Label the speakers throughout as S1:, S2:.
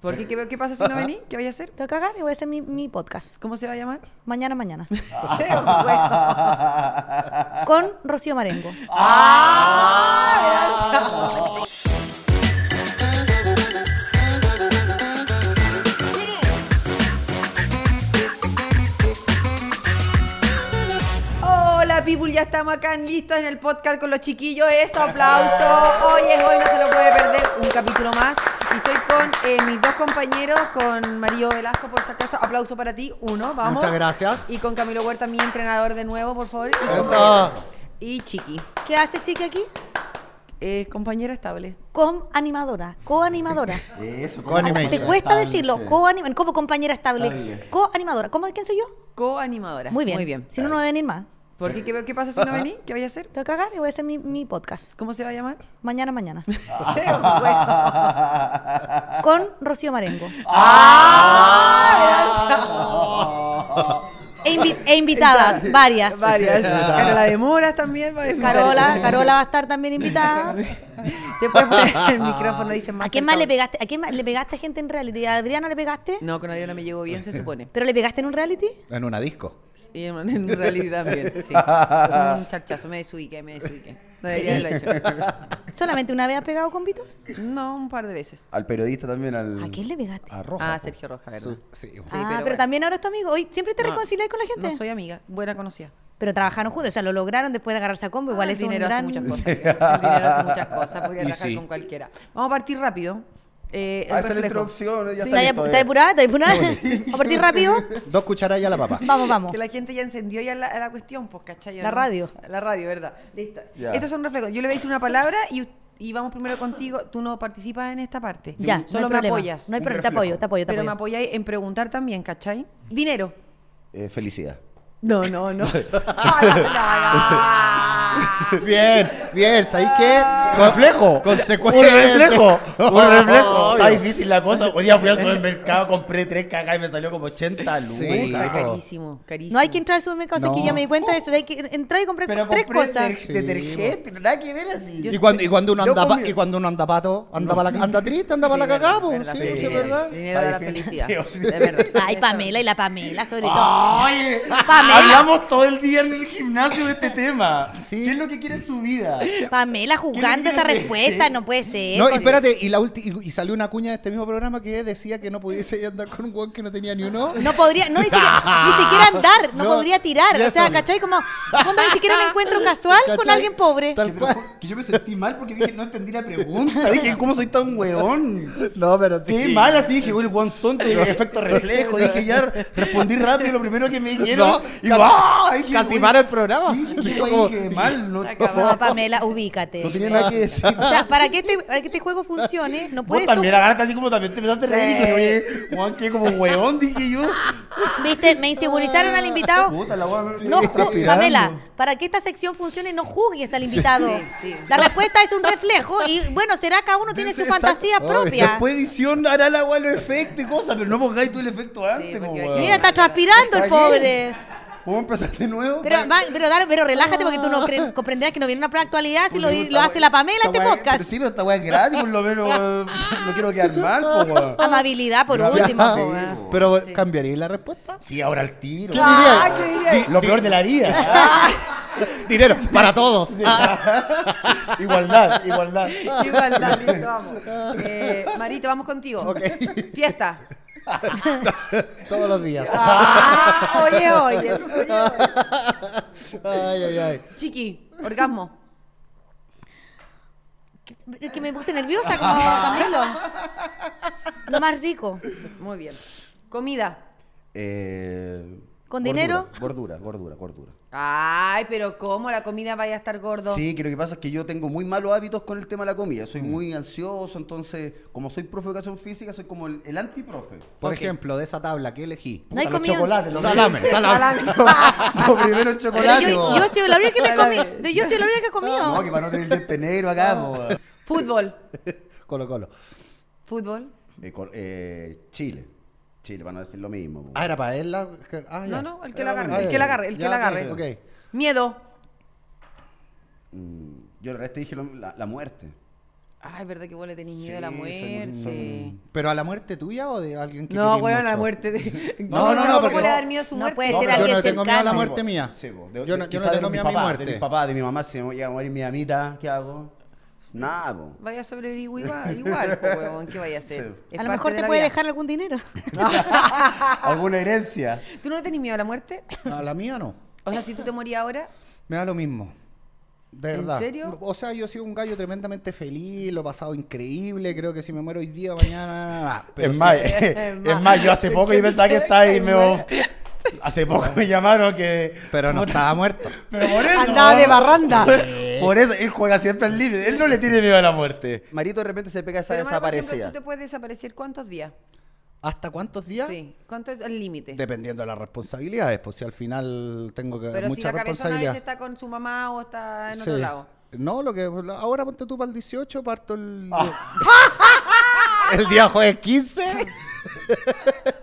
S1: ¿Por qué? ¿Qué, qué pasa si no venís? ¿Qué voy a hacer?
S2: Tengo que cagar y voy a hacer mi, mi podcast.
S1: ¿Cómo se va a llamar?
S2: Mañana, mañana.
S1: Ah.
S2: Con Rocío Marengo.
S1: Hola, people, ya estamos acá listos en el podcast con los chiquillos. Eso, aplauso. Hoy es hoy, no se lo puede perder. Un capítulo más. Y estoy con eh, mis dos compañeros, con Mario Velasco, por supuesto. Aplauso para ti, uno, vamos.
S3: Muchas gracias.
S1: Y con Camilo Huerta, mi entrenador de nuevo, por favor. Y con-
S3: Eso.
S1: Y Chiqui,
S2: ¿Qué hace chica aquí?
S1: eh, compañera estable.
S2: Con animadora, coanimadora.
S4: Eso,
S3: Con animation.
S2: Te cuesta decirlo,
S4: Estable, sí.
S2: coanimadora, como compañera
S4: Está
S2: estable,
S4: bien.
S2: coanimadora. ¿Cómo quién soy yo?
S1: Coanimadora.
S2: Muy bien.
S1: Eh, Muy bien.
S2: Si no, no voy a venir más.
S1: ¿Por qué? ¿Qué, qué pasa si no venís? ¿Qué voy a hacer?
S2: Tengo que cagar y voy a hacer mi, mi podcast.
S1: ¿Cómo se va a llamar?
S2: Mañana, mañana.
S4: Ah.
S2: Con Rocío Marengo.
S3: Ah.
S2: E, invi- e invitadas, varias.
S1: Varias. Carola de Moras también. va a disfrutar.
S2: Carola, Carola va a estar también invitada.
S1: Te puedes poner el micrófono, dicen más.
S2: ¿A quién más le
S1: cerca.
S2: pegaste? ¿A quién más le pegaste gente en reality? ¿A Adriana le pegaste?
S1: No, con Adriana me llevo bien, se supone.
S2: ¿Pero le pegaste en un reality?
S3: En una disco.
S1: Y en, en realidad también, sí. Un charchazo, me desubiqué, me desubiqué. No debería haberlo
S2: ¿Solamente una vez has pegado con Vitos?
S1: hecho. No, un par de veces.
S4: Al periodista también, al.
S2: ¿A quién le pegaste?
S3: A
S1: Ah,
S3: Roja. po.
S1: Sergio Roja, ¿verdad?
S3: Su- sí.
S2: ah, pero,
S1: pero bueno.
S2: también ahora es tu amigo. Hoy siempre te
S1: No,
S2: reconcilias con la gente.
S1: No soy amiga, buena conocida.
S2: Pero trabajaron juntos, o sea, lo lograron después de agarrarse a combo. Igual
S1: Ah,
S2: es
S1: el
S2: un
S1: dinero
S2: gran-
S1: hace muchas cosas. El dinero hace muchas cosas, podría
S3: Y
S1: trabajar
S3: sí.
S1: con cualquiera. Vamos a partir rápido. Eh, el
S4: Ah, esa es la
S1: reflejo.
S4: introducción, ya
S2: ¿Está,
S4: está.
S2: ya-
S4: listo,
S2: está
S4: eh.
S2: depurada? ¿Está depurada? ¿A partir rápido?
S3: Dos cucharas a la papa.
S2: Vamos, vamos.
S1: Que la gente ya encendió ya la, la cuestión, pues, ¿cachai?
S2: La radio.
S1: La radio, ¿verdad? Listo.
S4: Ya.
S1: Estos son reflejos. Yo le voy a decir una palabra y, y vamos primero contigo. Tú no participas en esta parte.
S2: Ya, no
S1: Solo
S2: hay
S1: me
S2: problema.
S1: apoyas.
S2: No hay
S4: Un
S2: problema, te
S4: reflejo.
S2: apoyo, te apoyo, te
S1: pero me
S2: apoyo.
S1: apoyáis en preguntar también, ¿cachai? Dinero.
S4: Eh, felicidad.
S1: No, no, no. Ah, la cagá.
S3: Bien, bien. ¿Sabéis qué?
S2: Ah.
S3: reflejo. Consecuente.
S5: Un reflejo, un reflejo. Está
S3: Obvio.
S5: difícil la cosa. Hoy día fui al supermercado, compré tres cajas y me salió como 80 lucas.
S3: Sí,
S1: Puta,
S3: claro.
S1: carísimo, carísimo.
S2: No hay que entrar al supermercado, así que
S3: No.
S2: ya me di cuenta de eso. Hay que entrar y comprar
S5: Pero
S2: tres
S5: compré
S2: cosas.
S5: deter- detergente, nada que ver así.
S3: Y cuando, y cuando uno
S5: Yo
S3: anda pa-
S5: comí-
S3: y cuando uno anda pato, anda pa la anda triste, anda para la cagada, po.
S1: Verdad,
S3: Sí,
S1: sí,
S3: sí,
S1: dinero,
S3: verdad.
S1: Dinero de la
S5: difícil,
S1: felicidad.
S5: tío, sí.
S1: De verdad.
S2: Ay, Pamela y la Pamela, sobre todo.
S5: Ay,
S2: Pamela.
S5: hablamos todo el día en el gimnasio de este tema. ¿Qué es lo que quiere en su vida?
S2: Pamela juzgando esa
S5: ¿Qué le
S2: respuesta, no puede ser.
S3: No,
S2: Con-
S3: espérate, y, la ulti- y, y salió una cuña de este mismo programa que decía que no pudiese andar con un weón que no tenía ni uno.
S2: No podría, no, ni siquiera, ni siquiera andar, no,
S3: No,
S2: podría tirar.
S3: y
S2: O sea,
S3: eso.
S2: ¿cachai? Como, cuando ni siquiera me encuentro casual con
S3: ¿Cachai?
S2: alguien pobre.
S3: Tal
S5: Que,
S3: cual.
S5: que yo me sentí mal porque dije, no entendí la pregunta. Dije, ¿cómo soy tan hueón?
S3: No, pero sí.
S5: Sí, mal así, dije, uy, el guan tonto, dije, efecto reflejo, dije, ya respondí rápido lo primero que me dijeron.
S3: No,
S5: y
S3: casi-
S5: ¡ah! Dije,
S3: casi
S5: uy,
S3: para el programa.
S5: Sí, dije,
S3: Dijo
S5: uy,
S3: como-
S5: dije, mal, no, no
S2: No, Pamela, ubícate.
S5: tenía nada que decir.
S2: O sea, para que, este, para que este juego funcione, no
S5: Vos
S2: puedes tú.
S5: también agarraste así como también te empezaste a reír, dije, oye, Juan, que como hueón, dije yo.
S2: ¿Viste? Me insegurizaron al invitado.
S5: Puta, la hueá me-
S2: No
S5: me está
S2: ju-
S5: pegando.
S2: Pamela, para que esta sección funcione, no juzgues al invitado.
S1: sí.
S2: La respuesta es un reflejo y bueno, será cada uno tiene su
S3: Exacto.
S2: fantasía
S3: Obvio.
S2: propia.
S5: Después edición hará la hueá los efectos y cosas, pero no pongáis tú el efecto
S1: porque
S5: antes, como
S1: hay que-
S5: hueón.
S2: Mira, está transpirando el
S5: Está bien.
S2: pobre.
S5: ¿Podemos empezar de nuevo?
S2: Pero, va- pero, dale- pero relájate porque tú no cre- comprenderás que no viene una prueba de actualidad si lo, di- lo hace la Pamela este
S5: Esta hueá-
S2: podcast.
S5: pero Sí, pero esta hueá es gratis, por lo menos. eh, No quiero quedar mal, po, hueón.
S2: Amabilidad por
S5: Ya,
S2: último.
S5: sí,
S2: po,
S5: po.
S2: ah.
S3: Pero cambiaría la respuesta.
S5: Sí, ahora el tiro.
S3: ¿Qué diría?
S1: ¿qué diría?
S3: Di-
S5: Lo peor de la vida.
S3: Dinero para todos. Ah,
S5: igualdad, igualdad.
S1: Igualdad, listo, vamos. Eh, Marito, vamos contigo. Fiesta.
S3: todos los días.
S1: Ah, oye, oye, oye.
S3: Ay, ay, ay.
S1: Chiqui, orgasmo.
S2: Es que me puse nerviosa como Camilo. Lo más rico.
S1: Muy bien. Comida.
S4: Eh,
S2: ¿Con
S4: gordura,
S2: dinero?
S4: Gordura, gordura, gordura.
S1: Ay, pero ¿cómo la comida vaya a estar gordo?
S4: Sí, que lo que pasa es que yo tengo muy malos hábitos con el tema de la comida.
S3: Mm.
S4: Soy muy ansioso, entonces, como soy profe de educación física, soy como el, el antiprofe.
S3: Por
S1: Ok.
S3: ejemplo, de esa tabla, ¿qué elegí?
S2: No hay
S5: los
S2: comida.
S5: chocolates, los
S3: Salame, salame.
S5: Lo primero el
S2: Pero
S5: chocolate.
S2: yo,
S5: po.
S2: yo soy la única que me comí. Pero yo soy la única que he
S5: No, que
S2: comido.
S5: para no tener el diente negro acá, po.
S1: Fútbol.
S3: Colo, colo.
S1: Fútbol.
S4: Eh, col- eh, Chile. Chile, para no decir lo mismo.
S3: Ah, era para él la. Ah,
S1: No,
S3: ya.
S1: no, el que la
S3: Ah,
S1: agarre, el
S3: ya.
S1: que la agarre, el que
S3: Ya,
S1: la agarre.
S3: ok, ok.
S1: Miedo.
S4: Mm, yo el resto dije lo- la, la muerte.
S1: Ay, verdad que vos le tenés miedo a la
S4: Sí, soy
S1: muerte.
S3: ¿Pero a la muerte tuya o de alguien que
S1: No,
S3: querís
S1: weón, a la
S3: mucho?
S1: muerte de.
S3: No, no, no,
S1: ¿Cómo
S3: porque-
S1: le va a dar miedo a su
S2: No
S1: muerte?
S2: puede
S4: No,
S2: ser
S4: pero yo
S2: alguien
S3: no tengo miedo a la
S2: cercano.
S3: muerte. mía.
S4: Sí, po.
S3: Yo no- yo no
S4: quizás de
S3: tengo
S4: mi
S3: miedo a mi
S4: papá,
S3: muerte.
S4: De mi papá, de mi mamá, si me voy a morir mi amita, ¿qué hago? Nada, po.
S1: Vaya a sobrevivir igual, igual, po, weón, ¿qué vaya a hacer?
S4: Sí.
S1: Es
S2: A
S1: parte
S2: lo mejor
S1: de
S2: te
S1: la
S2: puede
S1: vida.
S2: dejar algún dinero.
S4: ¿Alguna herencia?
S1: ¿Tú no le tenés miedo a la muerte?
S3: A la mía no.
S1: O sea, si tú te morís ahora,
S3: Me da lo mismo. De
S1: ¿En
S3: verdad.
S1: serio?
S3: O sea, yo he sido un gallo tremendamente feliz, lo he pasado increíble. Creo que si me muero hoy día, mañana. nada, nada. Pero
S5: es,
S3: sí
S5: más, eh.
S3: sé-
S1: es más.
S5: es más, yo hace poco
S1: ¿Qué
S5: yo pensaba que
S1: pensaba
S5: estaba ahí
S1: que
S5: medio... Hace poco me llamaron que...
S3: Pero no estaba muerto.
S5: Pero por eso...
S1: Andaba de barranda.
S5: Por eso, él juega siempre al límite. Él no le tiene miedo a la muerte.
S4: Marito de repente se pega esa
S1: pero, Mara, por ejemplo,
S4: desaparecida.
S1: tú te puedes desaparecer cuántos días?
S3: ¿Hasta cuántos días?
S1: Sí, ¿cuánto es el límite?
S3: Dependiendo de las responsabilidades, pues si al final tengo que
S1: Pero si
S3: mucha
S1: la cabezona a
S3: responsabilidad.
S1: veces está con su mamá o está en otro
S3: Sí.
S1: lado.
S3: No, lo que ahora ponte tú para el 18, parto el
S4: Ah.
S3: el día jueves 15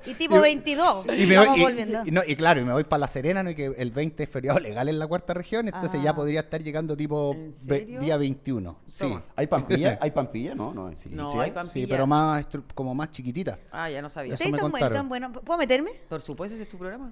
S2: Y tipo 22.
S3: y me
S2: Estamos
S3: voy, y-
S2: volviendo.
S3: y, no, y claro, y me voy para la Serena, no y que el 20 es feriado legal en la cuarta región, entonces
S2: Ah.
S3: ya podría estar llegando tipo
S1: ¿En
S3: ve-
S1: serio?
S3: día 21. Sí.
S1: Toma.
S4: ¿Hay pampilla? ¿Hay pampilla? No, no. Sí,
S1: No,
S4: sí
S1: hay pampilla.
S3: Sí, pero más estru- como más chiquitita.
S1: Ah, ya no sabía.
S3: Eso
S2: Ustedes
S3: me
S2: son, buenos,
S3: contaron.
S2: son buenos. ¿Puedo meterme?
S1: Por supuesto, ese es tu programa.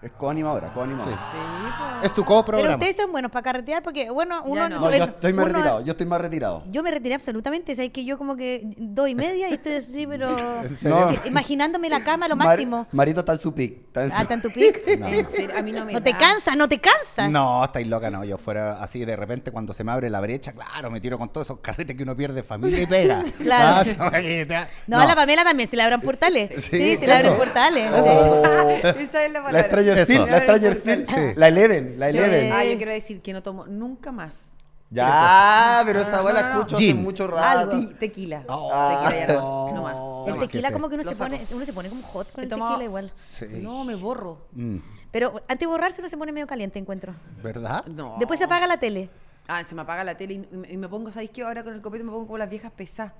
S4: Es coanimadora, coanimadora.
S1: Sí, pues.
S3: Es tu coprograma.
S2: Pero ustedes son buenos para carretear porque, bueno, uno...
S1: no.
S4: No, yo
S2: el-
S4: estoy más
S2: uno-
S4: retirado, yo estoy más retirado.
S2: Yo me retiré absolutamente, sabes que yo como que dos y media y estoy así, pero
S4: serio?
S2: que- imaginándome la cama a lo
S4: Mar-
S2: máximo.
S4: Marito está en su pic. Está en su...
S2: Ah, ¿está en tu pic?
S1: pues. En serio, a mí no me
S2: No te
S1: da.
S2: cansas, no te cansas.
S3: No, estáis loca, no. Yo fuera así de repente cuando se me abre la brecha, claro, me tiro con todos esos carretes que uno pierde familia y pega.
S2: Claro.
S3: Ah, esa vaquita.
S2: No, a la Pamela también, se le abran portales. Sí, se le
S3: eso.
S2: abren portales.
S4: Oh,
S1: Esa es la palabra.
S4: La Stranger
S3: Eso.
S4: Things, la Stranger
S1: Stranger
S4: Things, la Eleven, la
S1: Yo-
S4: Eleven.
S1: Ah, yo quiero decir que no tomo nunca más.
S4: Ya, pero esa
S1: No,
S4: abuela
S1: no, no, no.
S4: escucho
S3: Gin.
S4: hace mucho rato.
S1: Algo. Tequila.
S3: Oh.
S1: tequila ya no, no más.
S3: Oh.
S2: El
S3: No, es que
S2: tequila
S3: sí.
S2: como que uno
S1: Lo
S2: se,
S1: saco.
S2: pone, uno se pone como hot con
S1: He
S2: el
S1: tomado-
S2: tequila igual.
S3: Sí.
S1: No, me borro.
S3: Mm,
S2: Pero antes de borrarse uno se pone medio caliente, encuentro.
S3: ¿Verdad?
S1: No.
S2: Después se apaga la tele.
S1: Ah, se me apaga la tele y- y, y me pongo, ¿sabéis qué? Ahora con el copete me pongo como las viejas pesadas.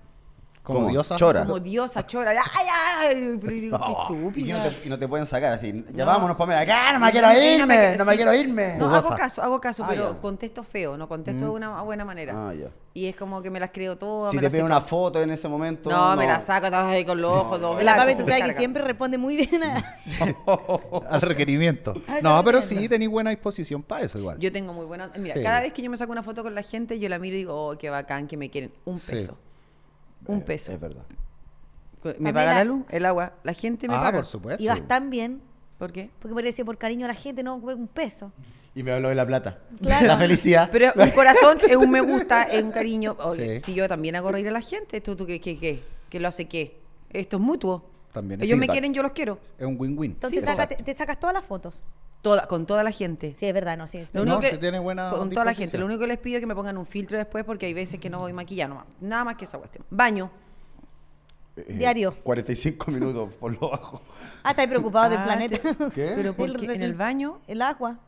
S3: Como
S4: ¿Cómo?
S3: diosa.
S4: Chora.
S1: Como diosa, chora. ¡Ay, ay! Pero yo digo, qué
S3: Oh,
S4: Y no,
S1: estúpida.
S4: te, y no te pueden sacar así. Ya vámonos, Pamela. Acá no me
S1: No,
S4: quiero
S1: no, no me
S4: irme,
S1: quiero-
S4: no me
S1: sí.
S4: quiero irme.
S1: No, hago
S3: Jugosa.
S1: caso, hago caso,
S4: Ah,
S1: pero
S4: ya.
S1: contesto feo, no contesto de una buena manera.
S4: Ah, ya.
S1: Y es como que me las creo todas.
S4: Si
S1: me
S4: te
S1: las
S4: piden
S1: saco.
S4: una foto en ese momento.
S1: No, me las saco todas ahí con los ojos. dos
S2: La
S1: veces,
S2: Pame,
S1: se
S2: tú sabes que
S1: carga.
S2: siempre responde muy bien a...
S3: Al requerimiento.
S2: Ah, esa
S3: No, pero
S2: requerimiento.
S3: sí tenéis buena disposición para eso igual.
S1: Yo tengo muy buena. Mira,
S3: Sí.
S1: cada vez que yo me saco una foto con la gente, yo la miro y digo, oh, qué bacán, que me quieren. Un
S3: Sí.
S1: peso. Un
S4: Eh,
S1: peso.
S4: Es verdad.
S1: me
S2: Pamela-
S1: paga la luz, el agua. La gente me
S3: ah,
S1: paga.
S3: por supuesto.
S2: Ibas tan bien,
S1: ¿Por qué?
S2: porque parecía por cariño a la gente, no por un peso.
S5: Y me habló de la plata.
S2: Claro.
S5: La felicidad.
S1: Pero un corazón es un me gusta, es un cariño. Oye,
S3: Sí.
S1: Si yo también hago reír a la gente, ¿tú, tú qué, qué, qué? ¿Qué lo hace qué? Esto es mutuo.
S3: También es
S1: Ellos me
S3: feedback.
S1: quieren, yo los quiero.
S3: Es un win-win.
S2: Entonces
S3: Sí,
S2: sácate-
S3: exacto.
S2: te sacas todas las fotos.
S1: Toda, con toda la gente.
S2: Sí, es verdad, no, sí.
S1: Lo
S3: No,
S1: único que-
S3: se tiene buena
S1: Con toda la
S3: disposición.
S1: gente. Lo único que les pido es que me pongan un filtro después porque hay veces que no voy maquillada nomás. Nada más que esa cuestión. Baño.
S4: Eh,
S2: Diario.
S4: 45 minutos por lo bajo.
S2: Ah, estáis preocupados del
S1: Ah,
S2: planeta.
S4: ¿Qué?
S1: Pero
S2: El-
S1: porque en el baño.
S2: El agua.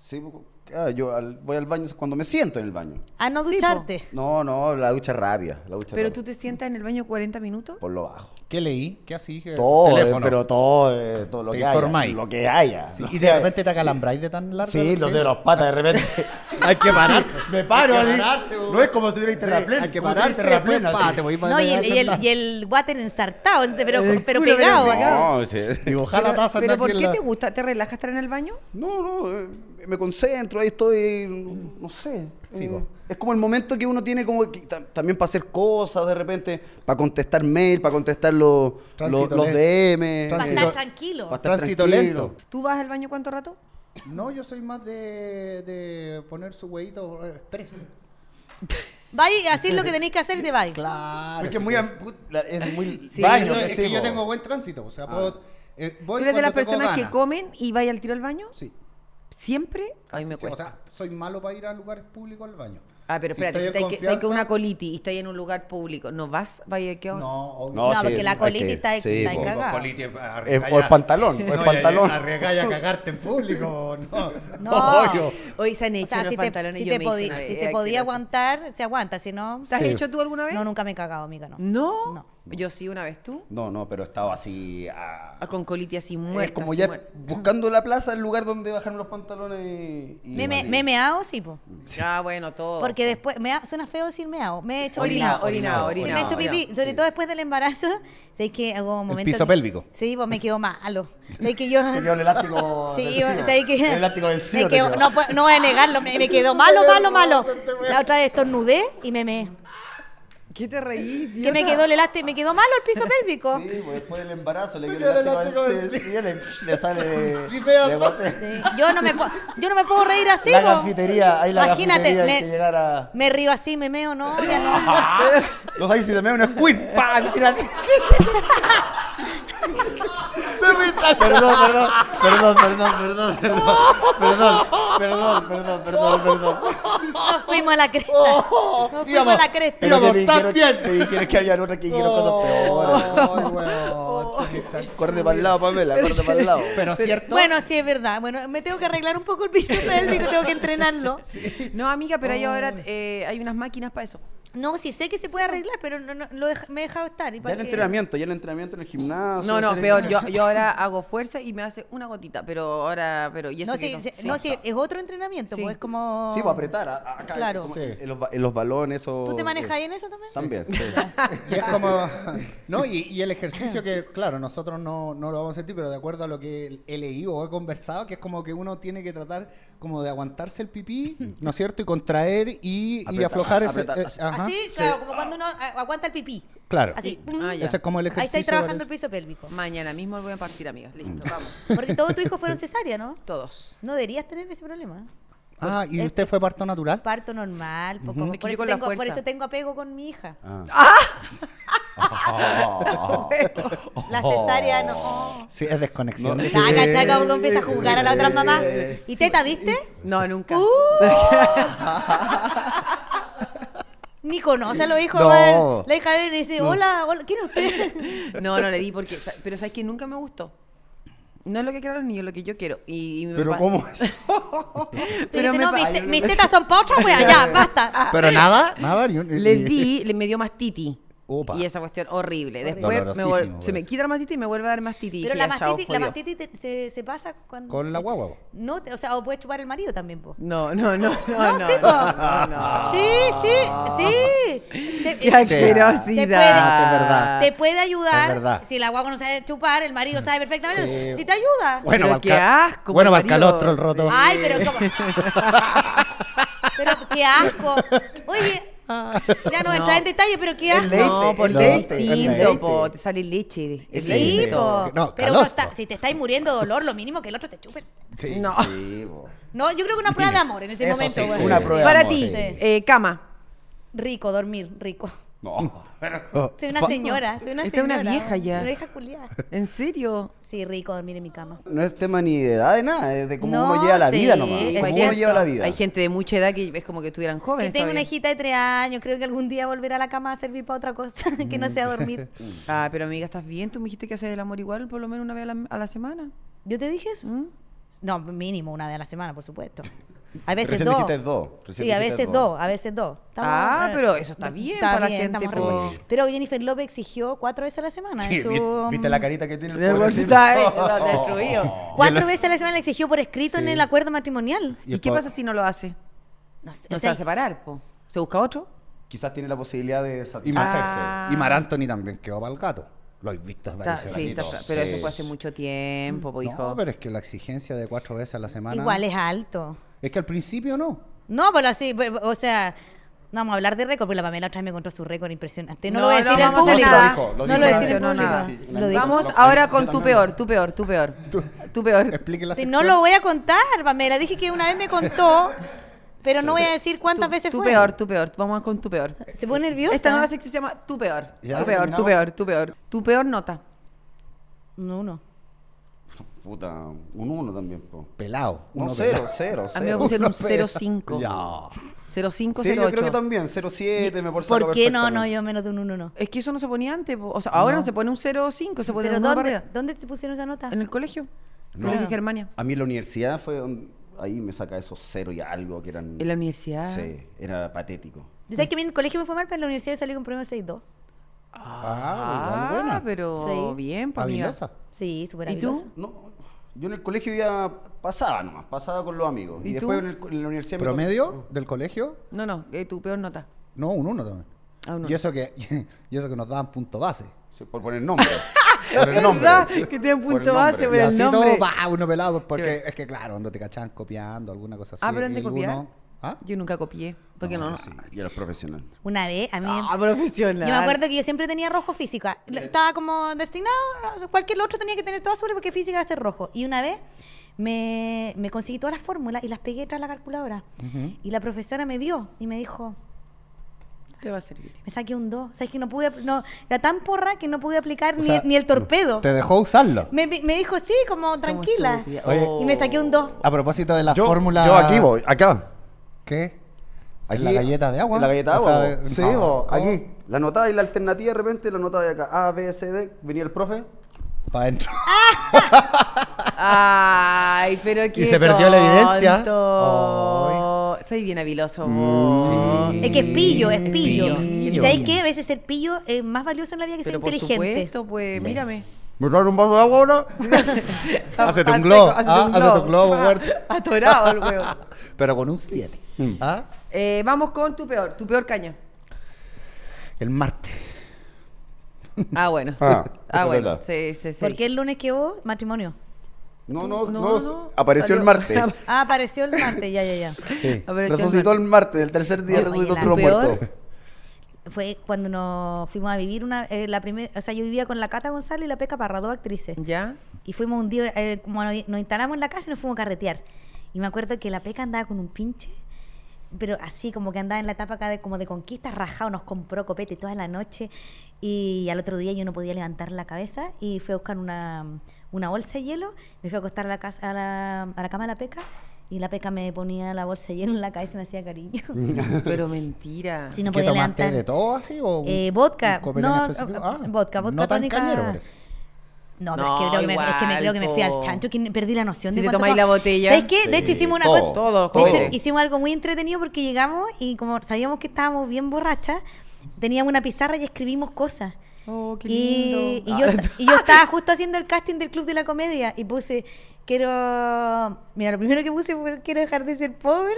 S4: Sí, po- ah, yo al- voy al baño cuando me siento en el baño.
S2: A Ah, no
S1: Sí, po.
S2: ducharte.
S4: No, no, la ducha es rabia. La ducha es
S1: Pero
S4: rabia.
S1: tú te sientas en el baño 40 minutos.
S4: Por lo bajo.
S3: ¿Qué leí? ¿Qué así? ¿Qué-
S4: Todo, eh,
S3: teléfono?
S4: pero todo, eh, todo lo
S3: Te
S4: que haya.
S3: informáis.
S4: Lo que haya.
S3: Sí,
S4: Lo
S3: y
S4: que
S3: de
S4: haya.
S3: repente te acalambráis de tan largo.
S5: Sí, los de las patas de repente.
S3: Hay que pararse.
S5: Me paro.
S3: Hay que
S5: así.
S3: pararse, bo.
S5: no es como si tuviera
S3: Sí,
S5: interraplén.
S3: Hay que
S5: como
S3: pararse.
S5: tuviera
S3: después,
S5: interraplén, así.
S3: pa, te voy
S2: No, y el, y, el, y el water ensartado, ese, pero, pero pegado. así.
S4: No, sí.
S3: Y ojalá
S1: pero,
S3: taza
S1: pero
S3: andar
S1: ¿por
S3: aquí en
S1: qué
S3: la-
S1: te gusta? ¿Te relaja estar en el baño?
S4: No, no, eh, me concentro, ahí estoy, no sé.
S3: Sí,
S4: eh,
S3: po.
S4: es como el momento que uno tiene como que ta- también para hacer cosas de repente, para contestar mail, para contestar los, los,
S3: Tránsito
S4: los
S3: lento.
S4: DM.
S2: Para
S3: Tránsito-
S2: estar
S3: Tránsito-
S2: tranquilo.
S4: pa' estar
S3: Tránsito
S4: tranquilo.
S3: lento.
S1: ¿Tú vas al baño cuánto rato?
S3: No, yo soy más de, de poner su huevito eh, express.
S2: Vaya, así es lo que tenéis que hacer y te vais.
S3: Claro.
S5: Porque
S3: sí,
S5: muy
S3: que-
S5: am- put- la- es muy
S1: Sí,
S5: baño.
S3: Eso es
S5: que Ah.
S3: que
S5: sí,
S3: yo
S5: po.
S3: tengo buen tránsito. O sea, puedo. eh,
S1: ¿Tú
S3: voy
S1: eres de
S3: cuando
S1: las
S3: tengo
S1: personas que
S3: ganas.
S1: comen y vais al tiro al baño?
S3: Sí.
S1: ¿Siempre? A mí me
S3: Sí, sí, O
S1: cuesta.
S3: sea, soy malo para ir a lugares públicos al baño.
S1: Ah, pero
S3: Si
S1: espérate, si estáis
S3: estoy en
S1: que- estáis con una
S3: confianza-
S1: colitis y estáis en un lugar público, ¿no vas? ¿Vaya qué onda?
S3: No, obvio.
S2: No,
S4: No, sí,
S2: porque la
S4: hay
S2: colitis
S4: que-
S2: está,
S4: sí,
S2: está
S4: po.
S2: cagada.
S3: Colitis,
S4: Eh,
S3: arriesga
S4: o el
S3: ya.
S4: pantalón, o
S3: No,
S4: el
S3: ya-
S4: pantalón.
S3: arriesga ya a cagarte en público. No.
S2: No.
S3: Obvio.
S1: Hoy se han hecho
S2: O sea,
S1: unos
S2: si te,
S1: pantalones
S2: si
S1: yo
S2: te,
S1: me hice
S2: podí-
S1: una vez,
S2: si
S1: hay
S2: te
S1: que
S2: podía
S1: hacer.
S2: aguantar, se aguanta. Si no,
S1: ¿Te has
S3: Sí.
S1: hecho tú alguna vez? Mm.
S2: no, nunca me he cagado, amiga, no.
S1: ¿No?
S2: No.
S1: Yo sí, una vez tú.
S4: No, no, pero estaba así. ah,
S1: Ah, Con colitis así
S4: eh,
S1: muerta.
S4: como
S1: así
S4: ya
S1: muerta.
S4: buscando la plaza, el lugar donde bajaron los pantalones. y- y-
S2: Me, me,
S4: y-
S2: me he meado, sí, po.
S1: Ah, bueno, todo.
S2: Porque después, me ha- suena feo decir meado, me he hecho
S1: Orinado, orinado,
S2: orinado. Sí,
S1: orinado.
S2: me he hecho pipí,
S1: orinado.
S2: sobre todo después del embarazo, sabéis que hubo un momento...
S3: piso
S2: que-
S3: pélvico.
S2: Sí, pues me quedó malo. Sabéis que yo...
S4: Te quedó el elástico.
S2: Sí,
S4: vencido.
S2: sabéis que...
S4: El elástico vencido.
S2: me
S4: te
S2: quedó-
S4: quedó.
S2: no, pu- no voy a negarlo, me, me quedó malo, malo, malo. La otra vez estornudé y me meé.
S1: ¿Qué te reí,
S2: Que me quedó el elástico, me quedó malo el piso pélvico.
S4: Sí, pues después del embarazo le
S3: Te
S4: quedó el
S3: quedó el
S4: elástico
S3: elástico
S4: vencido. y le, le sale.
S3: Sí, vea,
S4: le
S3: so-
S4: bote.
S2: Sí, Yo no me, pu- yo no me puedo reír así.
S5: La
S2: po.
S5: gafitería, ahí la
S2: Imagínate,
S5: gafitería hay
S2: me,
S5: que llegar a-
S2: me río así, me meo, no, o sea, no. Ah.
S4: Los ahí si te mea una squid. ¡Pam! Te tiran-
S5: Perdón, perdón, perdón, perdón, perdón, perdón, perdón, perdón, perdón, perdón, perdón.
S2: Nos fuimos a la cresta.
S3: Oh,
S2: Nos fuimos a la cresta.
S5: Pero
S3: Íbamos
S5: que me
S3: tan
S5: dijeron-
S3: bien.
S5: Me dijeron que había otras que dijeron
S4: Oh.
S5: cosas peores.
S3: Ay, weón, tenés que estar-
S5: Corre para el lado, Pamela, corre para el lado.
S3: Pero cierto.
S2: Bueno, sí, es verdad. Bueno, me tengo que arreglar un poco el piso pélvico, tengo que entrenarlo.
S1: No, amiga, pero ahí ahora
S2: Oh.
S1: eh, hay unas máquinas para eso.
S2: No, sí sé que se puede arreglar, pero no, no, lo dej- me he dejado estar. ¿y
S4: Ya
S2: para
S4: el
S2: qué?
S4: entrenamiento, ya el entrenamiento en el gimnasio.
S1: No, no,
S4: hacer-
S1: peor. Yo, yo ahora hago fuerza y me hace una gotita, pero ahora, pero y eso
S2: No,
S1: que
S2: sí,
S1: no-
S2: sí,
S1: sí.
S2: no, sí, es otro entrenamiento,
S1: Sí.
S2: pues es como...
S4: Sí, para apretar. a- Acá,
S2: Claro.
S4: como
S3: Sí.
S4: En, los, ba- en los balones o.
S2: ¿Tú te manejas ahí en eso también?
S4: También. sí.
S3: Y es como. No, y, y el ejercicio que, claro, nosotros no, no lo vamos a sentir, pero de acuerdo a lo que he leído o he conversado, que es como que uno tiene que tratar como de aguantarse el pipí, ¿no es cierto? Y contraer y, y
S4: Apretar,
S3: aflojar ese.
S4: apretar.
S3: eh, ajá,
S2: así,
S3: sí,
S2: claro, como cuando uno a- aguanta el pipí.
S3: Claro.
S2: Así.
S1: Ah, ya.
S3: Ese es como el
S2: Ahí
S3: ejercicio.
S2: estáis trabajando el
S3: parece.
S2: piso pélvico.
S1: Mañana mismo voy a partir, amiga. Listo, vamos.
S2: Porque todos tus hijos fueron cesárea, ¿no?
S1: Todos.
S2: No deberías tener ese problema.
S3: Ah,
S2: Este
S3: ¿y usted fue parto natural?
S2: Parto normal, po,
S1: Es
S2: como-
S1: que
S2: por,
S1: yo
S2: eso
S1: con la
S2: tengo, por
S1: fuerza.
S2: eso tengo apego con mi hija.
S4: Ah.
S1: Ah.
S2: La cesárea
S1: Oh.
S2: no.
S3: Sí, es desconexión.
S4: No,
S3: de-
S2: La cachai como que empieza a jugar a la otra mamá. ¿Y teta, viste?
S1: No, nunca.
S2: Uh. Ni conoce a los hijos.
S5: No.
S2: weón. La hija viene y dice, hola, hola, ¿quién es usted?
S1: No, no le di porque. sa- Pero sabes que nunca me gustó. No es lo que quiero los niños, lo que yo quiero. Y, y me
S4: Pero
S1: pa-
S4: ¿cómo es?
S2: Tú
S1: Pero
S2: dijiste,
S1: me Ah,
S2: no,
S1: pa-
S2: mis, te- mis tetas son para otra wea, ya, basta.
S3: Pero nada, nada. ni un- ni-
S1: Le di, le me dio mastitis.
S3: Opa.
S1: Y esa cuestión horrible. Después me
S3: Dolorosísimo,
S1: vol- se
S3: parece.
S1: me quita la mastitis y me vuelve a dar mastitis.
S2: Pero
S1: Dije,
S2: la
S1: ya, chao,
S2: mastitis, la
S1: jodido.
S2: mastitis te- se, se pasa cuando...
S3: Con la guagua. po.
S2: No, te- o sea, o puedes chupar el marido también, po.
S1: No, no, no, no.
S2: No, sí, po.
S1: no, no.
S2: Sí, sí, sí. Se-
S1: Qué
S2: Te puede,
S1: asquerosidad.
S3: es verdad.
S2: te puede
S3: Es
S2: ayudar.
S3: verdad.
S2: Si la guagua no sabe chupar, el marido sabe perfectamente.
S3: Sí.
S2: Y te ayuda.
S3: Bueno,
S1: Pero
S3: pa'l
S1: qué
S3: ca-
S1: asco,
S3: Bueno,
S1: pues,
S3: para el
S1: marido.
S3: calostro el roto.
S2: Ay, pero como. pero qué asco. Oye,
S3: Ah.
S2: ya no,
S1: No.
S2: entra en detalle, pero qué asco.
S4: leite,
S1: no, por
S4: es
S1: leite,
S4: leite,
S3: es
S1: distinto,
S3: leite.
S1: po, te sale leche.
S4: Es
S2: Sí,
S4: leite.
S2: po.
S3: No,
S2: pero uno
S3: calostro.
S2: está- si te estáis muriendo de dolor, lo mínimo que el otro te chupe.
S3: Sí.
S1: No.
S4: Sí, po.
S2: No, yo creo que una prueba de amor en ese
S3: Eso
S2: momento,
S3: sí,
S2: güey.
S3: sí.
S4: Una prueba.
S1: Para
S4: amor,
S1: ti,
S4: sí.
S1: eh, cama.
S2: Rico, dormir, rico.
S4: No.
S2: Soy una
S3: Fa-
S2: señora, soy una
S1: Esta es una
S2: señora.
S1: vieja ya.
S2: Una vieja culiada.
S1: ¿En serio?
S2: Sí, rico dormir en mi cama.
S4: No es tema ni de edad, de nada, es de cómo
S2: No,
S4: uno lleva la
S2: sí,
S4: vida nomás.
S2: es
S4: Cómo uno
S2: cierto.
S4: lleva la vida.
S1: Hay gente de mucha edad que es como que estuvieran
S2: Que
S1: jóvenes.
S2: tengo una
S1: todavía.
S2: hijita de tres años, creo que algún día volverá a la cama a servir para otra cosa, que no sea dormir.
S1: Ah, pero amiga, ¿estás bien? Tú me dijiste que haces el amor igual por lo menos una vez a la, a la semana.
S2: ¿Yo te dije eso? ¿eh?
S1: ¿Mm?
S2: No, mínimo una vez a la semana, por supuesto. A veces
S4: Recién
S2: dos.
S4: dijiste dos, recién
S2: sí, a
S4: dijiste
S2: veces dos.
S4: dos.
S2: a veces dos.
S1: Ah,
S2: eh,
S1: pero eso está bien para la gente,
S2: estamos re
S1: po.
S2: bien. Pero Jennifer López exigió cuatro veces a la semana. en
S4: Sí,
S2: su- mm,
S4: vi- ¿Viste la carita que tiene
S1: El
S4: el pobrecito?
S1: está ahí, está eh, destruido.
S2: Cuatro veces a la semana le exigió por escrito en el acuerdo matrimonial.
S1: ¿Y, qué pasa si no lo hace?
S2: No sé,
S1: No
S2: o
S1: se va a
S2: sea,
S1: separar, po. ¿Se busca otro?
S4: Quizás tiene la posibilidad de satisfacerse.
S3: Y Mar,
S1: Ah.
S3: y Mar Anthony también quedó para el gato. Lo has visto
S1: Está-
S3: varios
S1: sí, está-
S3: añitos.
S1: pero
S3: Sí.
S1: eso fue hace mucho tiempo, po, hijo.
S3: No, pero es que la exigencia de cuatro veces a la semana.
S2: igual es alto.
S3: Es que al principio no.
S2: No, pero así, pues, o sea, no vamos a hablar de récord, porque la Pamela otra vez me encontró su récord impresionante.
S1: No,
S2: No, lo voy a decir
S1: no
S2: al
S1: vamos a
S2: público.
S1: nada.
S4: Lo dijo, lo
S2: no
S4: dijo.
S2: lo voy a decir al
S1: No,
S2: público.
S1: nada.
S4: Sí, sí,
S2: Lo dijo.
S1: Vamos
S4: Lo-
S1: ahora
S4: yo
S1: con tu
S4: también.
S1: peor, tu peor, tu peor. Tu peor.
S3: Explique la
S2: Sí,
S3: sección.
S2: no lo voy a contar, Pamela. Dije que una vez me contó, pero no voy a decir cuántas
S1: Tu-
S2: veces
S1: tu
S2: fue.
S1: peor, tu peor. Vamos con tu peor.
S2: ¿Se pone nerviosa?
S1: Esta nueva sección se llama Tu peor.
S3: Ya,
S1: Tu peor, tu
S4: terminamos.
S1: peor, tu peor. Tu peor nota.
S2: No, no.
S4: Puta, un uno también, po.
S3: Pelado.
S4: No,
S3: uno
S4: cero,
S3: pelado.
S4: cero,
S1: A mí me
S4: cero.
S1: pusieron un
S3: Uno pelado.
S1: 0,5. Ah,
S3: Ya.
S1: 0,5,
S4: Sí, yo creo que
S1: 0,8.
S4: también, 0,7, me por
S2: ¿Por qué no? No, yo menos de un uno no.
S1: Es que eso no se ponía antes. po. O sea, ahora no, se pone un 0,5, se pone
S2: ¿Pero
S1: un uno para
S2: dónde,
S1: arriba.
S2: dónde te pusieron esa nota?
S1: En el colegio.
S4: No.
S1: Colegio Germania.
S4: A mí la universidad fue donde- ahí me saca esos cero y algo que eran
S1: En la universidad.
S4: Sí, era patético.
S2: Yo sé que a mí en el colegio me fue mal, pero en la universidad salí con promedio 6-2.
S3: Ah, igual buena.
S1: pero
S2: Sí.
S1: bien, pues amiga.
S3: Habilosa.
S2: Sí, súper
S1: ¿Y tú?
S2: habilosa.
S4: No, yo en el colegio ya pasaba nomás, pasaba con los amigos.
S1: ¿Y
S4: Y,
S1: tú?
S4: después en, el co- en la universidad... me-
S3: ¿Promedio
S4: Mm.
S3: del colegio?
S1: No, no, eh, tu peor nota.
S3: No, un uno también.
S1: Ah, un uno.
S3: Y eso que, y eso que nos daban punto base.
S4: Sí, por poner nombre. por el nombre.
S1: ¿Verdad?
S4: sí.
S1: Que tienen
S4: Por el
S1: punto
S4: nombre.
S1: base,
S3: Y
S1: pero el
S3: así
S1: nombre.
S3: todo va, uno pelado, porque
S1: Sí.
S3: es que claro, cuando te cachaban copiando, alguna cosa así.
S1: Ah, pero antes
S3: el
S1: de copiar.
S3: uno- ¿Ah?
S1: Yo nunca copié. Porque no. no.
S4: Sí, y a los profesionales.
S2: Una vez, a mí.
S1: Ah, profesional.
S2: Yo me acuerdo que yo siempre tenía rojo física. Lo- Estaba como destinado, no, cualquier otro tenía que tener todo azul porque física va a ser rojo. Y una vez me, me conseguí todas las fórmulas y las pegué tras la calculadora. Y la profesora me vio y me dijo,
S1: Te va a servir.
S2: me saqué un 2. ¿Sabes que no pude, apl- no, era tan porra que no pude aplicar
S3: O
S2: ni,
S3: sea,
S2: ni el torpedo?
S3: Te dejó usarlo.
S2: Me, me dijo, sí, como tranquila.
S1: estúpida.
S3: Oye. oh.
S2: Y me saqué un 2.
S3: A propósito de la
S5: Yo-
S3: fórmula.
S5: Yo aquí voy, acá.
S3: ¿Qué?
S5: Aquí-
S3: ¿En la galleta de agua?
S5: en la galleta de
S3: O sea,
S5: agua.
S3: de-
S5: sí,
S3: no,
S5: bo,
S3: ¿cómo?
S5: aquí.
S4: La notaba y la alternativa de repente, la notaba de acá, A, B, C, D, venía el profe.
S3: Para adentro.
S1: Ay, pero qué
S3: se perdió la evidencia.
S1: tonto. Soy bien habiloso.
S3: Mm,
S1: vos.
S2: Es que es pillo, es pillo.
S3: Pillo.
S2: ¿Sabes qué? A veces ser pillo es más valioso en la vida que ser
S1: Pero por
S2: inteligente.
S1: supuesto, pues, mírame.
S5: ¿Me traen un vaso de agua ahora?
S3: Hacete un globo,
S1: Hacete
S3: ah,
S1: un
S3: hacete un globo,
S1: Ah,
S3: muerto.
S1: Atorado el huevo.
S3: Pero con un 7.
S5: Mm.
S3: ¿Ah?
S1: Eh, vamos con tu peor, tu peor caña.
S3: El martes.
S1: Ah, bueno.
S5: Ah,
S1: Ah,
S5: es
S1: bueno.
S5: verdad.
S1: Sí, sí, sí.
S2: ¿Por qué el lunes que vos? Matrimonio.
S4: No, no,
S1: No,
S4: no,
S1: no.
S5: Apareció el
S1: Salió-
S5: martes.
S2: Ah, apareció el martes, ya, ya, ya.
S3: Sí.
S1: Apareció el
S5: Resucitó el martes, el tercer día
S2: Oye,
S5: resucitó
S2: la
S5: tú lo
S1: peor.
S5: muerto.
S2: Fue cuando nos fuimos a vivir una, eh, la primera, o sea, yo vivía con la Cata González y la Peca Parra, dos actrices.
S1: ¿Ya?
S2: Y fuimos un día, eh, como nos, nos instalamos en la casa y nos fuimos a carretear. Y me acuerdo que la Peca andaba con un pinche, pero así como que andaba en la etapa acá de, como de conquista, rajado, nos compró copete toda la noche. Y al otro día yo no podía levantar la cabeza y fui a buscar una, una bolsa de hielo, me fui a acostar a la, casa, a, la, a la cama de la Peca y la Peca me ponía la bolsa de hielo en la cabeza y me hacía cariño.
S1: Pero mentira.
S2: Si no
S3: ¿Qué
S2: podía
S3: tomaste
S2: levantar.
S3: de todo así? O un-
S2: Eh, vodka.
S3: un copete en
S2: No,
S3: específico? Ah,
S2: o- vodka, vodka
S3: No tan
S2: tónica.
S3: cañero parece.
S2: No, pero
S1: No,
S2: es, que creo que me, es que me
S1: igual,
S2: creo que me fui al
S1: po.
S2: chancho, que perdí la noción
S1: Si
S2: de
S1: te
S2: cuánto
S1: tomáis
S2: tomaba.
S1: la botella.
S2: ¿Sabes qué? De hecho hicimos una
S5: todo.
S2: cosa.
S1: Todo,
S2: De hecho,
S1: todo.
S2: hicimos algo muy entretenido porque llegamos y como sabíamos que estábamos bien borrachas, teníamos una pizarra y escribimos cosas.
S1: Oh, qué
S2: Y-
S1: lindo.
S2: Y, yo, y yo estaba justo haciendo el casting del Club de la Comedia y puse, quiero, mira, lo primero que puse fue, quiero dejar de ser pobre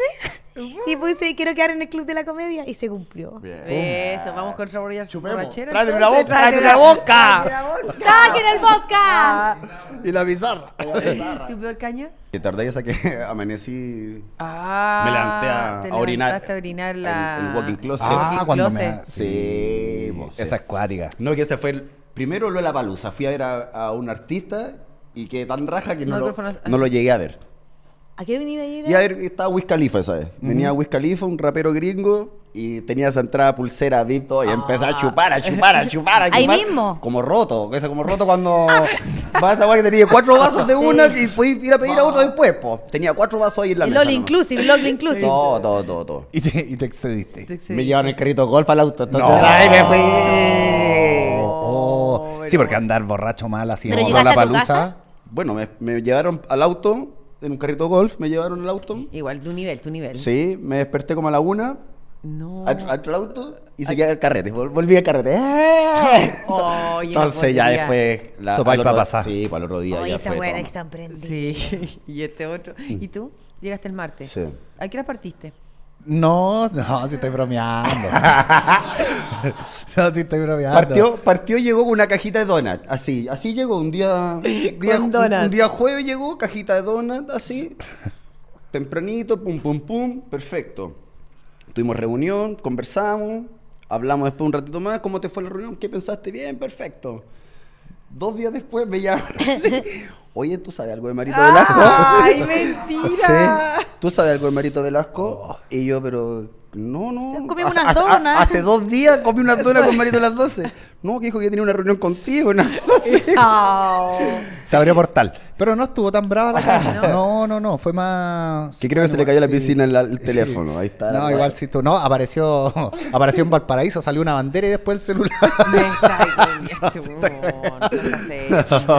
S2: y puse, quiero quedar en el Club de la Comedia y se cumplió.
S1: Eso, vamos con otra borracha- borrachera.
S5: Tráete una
S1: entonces,
S5: boca, tráete una boca.
S2: ¡Saquen el vodka!
S1: Ah.
S5: Y la pizarra.
S1: ¿Tu peor caña?
S4: Que tardé esa que amanecí.
S1: Ah,
S4: Me levanté a-
S1: te
S4: a orinar.
S1: levantaste a orinar la...
S4: El- el walking closet.
S1: walking
S3: Ah, cuando me.
S1: closet.
S4: Sí, vos, sí.
S3: Esa es cuática.
S4: No, que ese fue el primero la palusa. Fui a ver a, a un artista y quedé tan raja que no, lo,
S1: Micrófonos-
S4: no lo llegué a ver.
S2: ¿A qué venía ayer?
S4: Y a ver, estaba Wiz Khalifa, ¿sabes? Venía Wiz Khalifa, un rapero gringo, y tenía esa entrada pulsera VIP todo, y empezaba a chupar, a chupar, a chupar, a chupar.
S2: Ah. Ahí mismo. Ah.
S4: Como roto, o sea, como roto cuando vas a guay que tenía cuatro vasos de
S2: Sí. Ah.
S4: una y podías ir a pedir a otro después, po. Tenía cuatro vasos ahí en la
S2: El
S4: mesa.
S2: all
S4: nomás.
S2: inclusive, el all inclusive.
S4: Todo, todo, todo, todo.
S3: Y te, y te excediste.
S1: Te excedí.
S4: Me llevaron el carrito golf al auto, entonces
S3: No.
S4: ahí me fui.
S3: Oh,
S1: pero-
S3: sí, porque andar borracho mal así
S2: ¿Pero
S3: como
S2: llegaste a tu
S3: Lollapalooza.
S2: casa?
S4: Bueno, me, me llevaron al auto, en un carrito golf, me llevaron al auto.
S1: Igual, tu nivel, tu nivel.
S4: Sí, Ah, me desperté como a la una,
S1: No.
S4: al, al auto y seguía el carrete. vol- Volví al carrete. ¡Eh!
S1: Oye, no
S4: Entonces ya
S1: podía.
S4: después.
S3: Sopa y
S4: al otro-
S3: papasá.
S4: Sí, para el otro día.
S2: Oye,
S4: ya
S2: esta
S4: fue
S2: buena
S4: todo.
S2: que se han prendido.
S1: Sí, y este otro. ¿Y tú? Llegaste el martes.
S4: Mm. Sí.
S1: ¿A qué hora partiste?
S3: No, no, si estoy bromeando. no, si estoy bromeando.
S4: Partió, partió, llegó con una cajita de donut, así, así llegó un día, un día,
S1: Con
S4: un-
S1: donuts.
S4: un día jueves llegó, cajita de donut, así, tempranito, pum, pum, pum, perfecto. Tuvimos reunión, conversamos, hablamos después un ratito más, ¿cómo te fue la reunión? ¿Qué pensaste? Bien, perfecto. Dos días después me llaman así, oye, ¿tú sabes algo de Marito
S1: Ah,
S4: Velasco?
S1: ¡Ay,
S4: ¿Ah? Sí.
S1: mentira!
S4: ¿Tú sabes algo de Marito Velasco? Y yo, pero. No, no.
S2: Comimos
S4: Hace-
S2: unas
S4: hace- a-
S2: donas.
S4: Hace, dos días comí una dona con Marito a las 12. No, que dijo que tenía una reunión contigo. una cosa así.
S1: Oh.
S3: Se abrió portal. Pero no estuvo tan brava la caña. No, no, no. Fue más.
S4: Sí, creo que se le cayó la piscina en la- el teléfono, ahí está.
S3: No, igual si tú. No, apareció, apareció en Valparaíso, salió una bandera y después el celular.
S1: Me está este huevón, no seas hecho.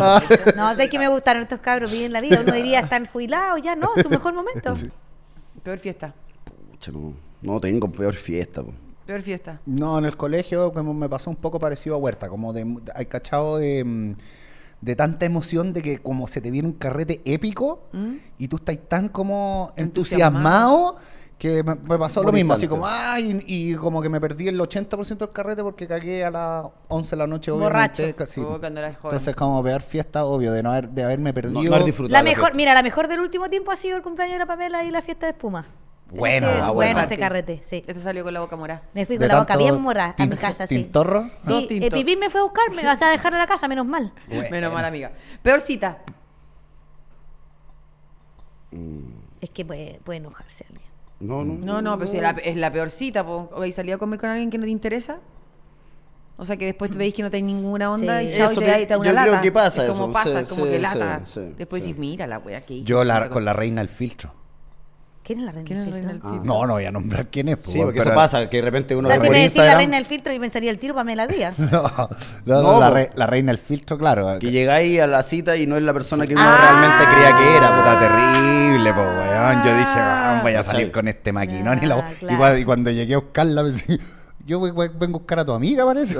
S2: No, sé que me gustaron estos cabros bien la vida. Uno diría, están jubilados ya, no, su mejor momento.
S1: Peor fiesta.
S4: Pucha, no, no tengo peor fiesta. po.
S1: Peor fiesta.
S3: No, en el colegio como me pasó un poco parecido a Huerta, como de, hay cachado de, mm, de tanta emoción de que como se te viene un carrete épico
S1: ¿Mm?
S3: y tú estás tan como
S1: Entusiasmado.
S3: entusiasmado que me, me pasó
S4: Por
S3: lo mismo, así
S4: instante.
S3: como, ay, y, y como que me perdí el 80% del carrete porque cagué a las 11 de la noche,
S2: Borracho.
S3: obviamente. casi.
S1: Oh, cuando eras joven.
S3: Entonces como peor fiesta, obvio, de no haber, de haberme perdido.
S4: no haber disfrutado.
S2: La
S4: la
S2: mejor,
S4: fiesta.
S2: mira, la mejor del último tiempo ha sido el cumpleaños de la Pamela y la fiesta de espuma.
S3: Bueno,
S2: Sí,
S4: ah,
S2: bueno,
S4: bueno.
S2: ese carrete, sí.
S1: Este salió con la boca morada.
S2: Me fui
S3: de
S2: con la boca
S3: tanto
S2: bien morada a mi
S3: tin-
S2: casa, sí.
S3: ¿Tintorro?
S1: No,
S2: Sí,
S1: tinto.
S2: eh, Pipín me fue a buscar, me vas a dejar a la casa, menos mal.
S1: Menos mal, amiga. Peor cita.
S2: Es que puede, puede enojarse alguien.
S4: No, no.
S1: No, no, pero si es la, es la peor cita, po. ¿Habéis salido a comer con alguien que no te interesa? O sea, que después veis que no tenéis ninguna onda
S2: Sí.
S1: y chao,
S4: Eso
S1: y te,
S4: que-
S1: ahí te da una
S4: yo
S1: lata.
S4: creo que pasa
S1: es como
S4: eso,
S1: pasa,
S4: sí,
S1: es como
S4: sí,
S1: que
S4: sí,
S1: lata.
S4: sí,
S1: después
S4: sí.
S1: decís, mira la wea que hice.
S3: Yo la, Ah. con la reina del filtro.
S2: ¿Quién es la reina
S1: ¿Quién es la
S2: del
S1: reina del
S2: filtro?
S1: filtro?
S3: No, no voy a nombrar quién es.
S4: Sí,
S3: pues,
S4: porque
S3: pero-
S4: eso pasa, que de repente uno
S2: O sea,
S4: lo
S2: si
S3: por
S2: me
S4: recuerda.
S2: decís la
S3: Ah, Instagram.
S2: reina del filtro, yo pensaría el tiro Pamela Díaz.
S3: No, no, no,
S4: No,
S3: la,
S4: po.
S3: re- la reina del filtro, claro.
S4: que llegáis a la cita y no es la persona que uno
S2: Ah.
S4: realmente creía que era,
S3: Puta,
S4: puta
S3: terrible, po, weón. Yo dije, "Ah, voy a
S4: ¿Cachai?
S3: salir con este maquinón. y, la-
S2: Ah,
S3: y
S2: claro.
S3: cua- y cuando llegué a buscarla, pensé, yo we- we- vengo a buscar a tu amiga, parece.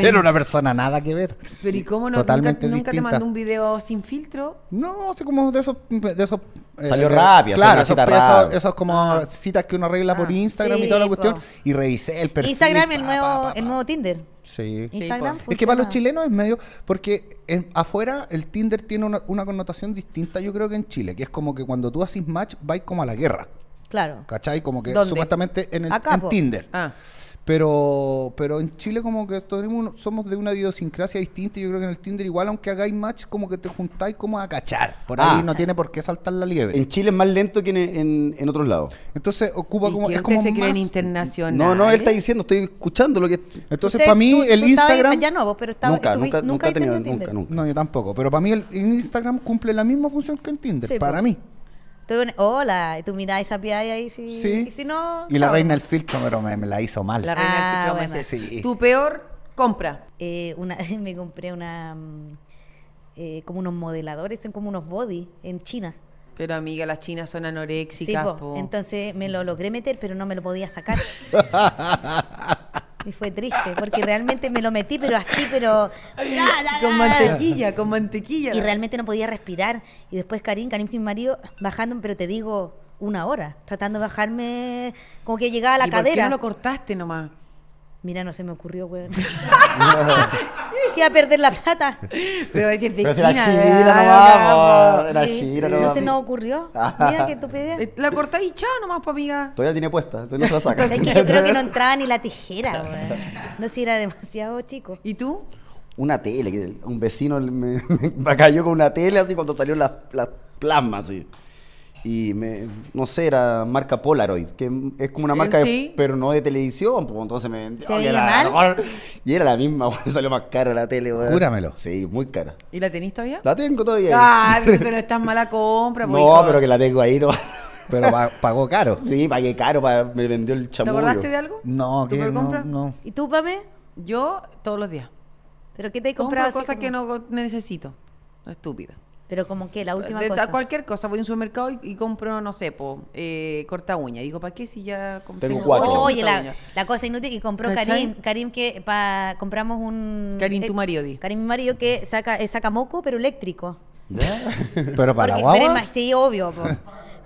S3: Era una persona nada que ver.
S1: Pero ¿y cómo no?
S3: Totalmente
S1: nunca, nunca te
S3: distinta.
S1: mandó un video sin filtro.
S3: No, así como de esos. De esos eh,
S4: Salió
S3: de-
S4: rápido, salió
S3: Claro, esos,
S4: una cita
S3: esos,
S4: rápido.
S3: esos como citas que uno arregla por
S2: Ah,
S3: Instagram
S2: sí,
S3: y toda la
S2: po.
S3: cuestión. Y revisé el perfil.
S2: Instagram, el
S3: pa,
S2: nuevo,
S3: pa, pa, pa.
S2: el nuevo Tinder.
S3: Sí.
S2: Instagram
S1: po.
S3: Es que para los
S2: funciona.
S3: chilenos es medio. Porque en- afuera el Tinder tiene una, una connotación distinta, yo creo que en Chile, que es como que cuando tú haces match, vais como a la guerra.
S2: Claro.
S3: ¿Cachai? Como que
S1: ¿Dónde?
S3: supuestamente en, el,
S2: Acá,
S3: en
S2: po.
S3: Tinder.
S1: Ah,
S3: Pero, pero en Chile como que tenemos un- somos de una idiosincrasia distinta. y Yo creo que en el Tinder igual, aunque hagáis match, como que te juntáis como a cachar. Por ahí
S4: Ah.
S3: no tiene por qué saltar la liebre.
S4: En Chile es más lento que en, en, en otros lados.
S3: Entonces ocupa
S1: ¿y
S3: como...
S1: qué?
S3: Es
S1: ¿Ustedes
S3: como
S1: se creen
S3: más-
S1: internacional.
S4: No, no, él está diciendo, estoy escuchando lo que...
S3: Entonces
S2: Usted-
S3: para mí
S2: tú-
S3: el
S2: tú estabas-
S3: Instagram...
S2: Ya no, vos, pero estaba,
S4: Nunca,
S2: estuviste-
S4: nunca, nunca he
S2: has tenido
S4: tenido, nunca,
S2: Tinder.
S4: nunca.
S3: No, yo tampoco. Pero para mí el el Instagram cumple la misma función que en Tinder.
S2: Sí,
S3: para
S2: po.
S3: mí.
S2: Tú ven- hola, y tú mirás esa piada y ahí sí.
S3: Sí.
S2: Y si no.
S3: Y la
S2: chao.
S3: reina del filtro, pero me, me la hizo mal.
S1: La reina
S2: Ah,
S1: del filtro, vamos a
S2: bueno.
S1: decir.
S3: Sí.
S1: Tu peor compra.
S2: Eh, una vez me compré una. mm, eh, como unos modeladores, son como unos body en China.
S1: Pero amiga, las chinas son
S2: Sí,
S1: anoréxicas.
S2: po.
S1: po.
S2: Entonces me lo logré meter, pero no me lo podía sacar. y fue triste, porque realmente me lo metí, pero así, pero.
S1: Con mantequilla, con mantequilla.
S2: Y realmente no podía respirar. Y después Karim, Karim, mi marido, bajando, pero te digo, una hora, tratando de bajarme, como que llegaba a la
S1: ¿Y ¿Por qué
S2: cadera.
S1: no lo cortaste nomás?
S2: Mira, no se me ocurrió, weón. que iba a perder la plata.
S1: Pero decir de
S4: Pero si
S1: China.
S4: la China
S1: ¿verdad?
S4: nomás,
S1: po.
S4: po, la
S1: Sí.
S4: China
S2: No
S4: nomás.
S2: se nos ocurrió. Mira qué estupidez.
S1: Eh, La cortáis y chao nomás, po, amiga.
S4: Todavía tiene puesta, todavía no se la saca.
S2: Es que yo creo que no entraba ni la tijera, weón. No sé si era demasiado chico.
S1: ¿Y tú?
S4: Una tele, que un vecino me, me- me cayó con una tele así cuando salió las las plasmas, así. Y me, no sé, era marca Polaroid, que es como una
S1: Eh,
S4: marca, de-
S1: sí.
S4: pero no de televisión, pues entonces me vendió.
S2: ¿Se
S4: que
S2: veía
S4: era
S2: mal?
S4: la mejor. Y era la misma, weón, salió más cara la tele, weón.
S3: Júramelo.
S4: Sí, muy cara.
S1: ¿Y la tenís todavía?
S4: La tengo todavía.
S1: Ah, pero eso no es tan mala compra, po,
S4: no,
S1: hijo.
S4: pero que la tengo ahí, no.
S3: Pero pa- pagó caro.
S4: Sí, pagué caro, pa- me vendió el
S1: ¿Te
S4: chamullo.
S1: acordaste de algo?
S3: No,
S1: ¿Tu
S3: que
S1: peor
S3: no,
S1: compra?
S3: no.
S2: ¿Y tú, Pame?
S1: Yo todos los días.
S2: ¿Pero qué te he
S1: Compro
S2: comprado? así
S1: cosas
S2: como-
S1: que no necesito. Estúpida.
S2: Pero como que la última
S1: De- de-
S2: cosa.
S1: Cualquier cosa, voy a un supermercado y, y compro, no sé, po, eh, corta uña. Digo, ¿para qué si ya compré?
S4: Tengo
S1: un
S4: cuatro.
S1: corta
S2: Oye, la,
S1: uña?
S2: la cosa inútil que compró
S1: ¿Cachai?
S2: Karim. Karim que pa- compramos un...
S1: Karim,
S2: eh,
S1: tu marido, di.
S2: Karim, mi marido que saca, eh, saca moco, pero eléctrico.
S3: Pero para
S2: Porque-
S3: la
S2: pero
S3: guagua...
S2: es más- sí, obvio. po.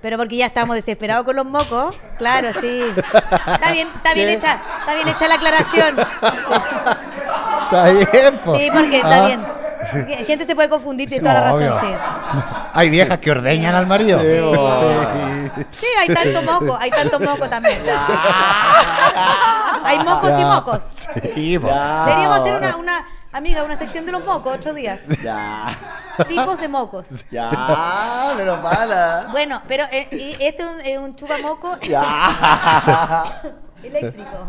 S2: Pero porque ya estamos desesperados con los mocos. Claro, sí. Está bien, está bien
S3: ¿Qué?
S2: hecha, está bien hecha la aclaración.
S3: Está bien, po.
S2: Sí, porque está
S3: Ah.
S2: bien. Porque Gente se puede confundir, tiene toda la
S3: Obvio.
S2: razón, sí.
S3: Hay viejas que ordeñan al marido.
S2: Sí, hay tanto moco, hay tanto moco también.
S1: Ah.
S2: Hay mocos y
S3: Ya.
S2: mocos.
S3: Sí, Ah. po.
S4: Ya.
S2: Deberíamos hacer una, una amiga, una sección de los mocos otro día.
S4: Ya,
S2: Tipos de mocos.
S4: ya, pero para.
S2: Bueno, pero eh, y este es un, es un chupamoco
S4: Ya.
S2: eléctrico.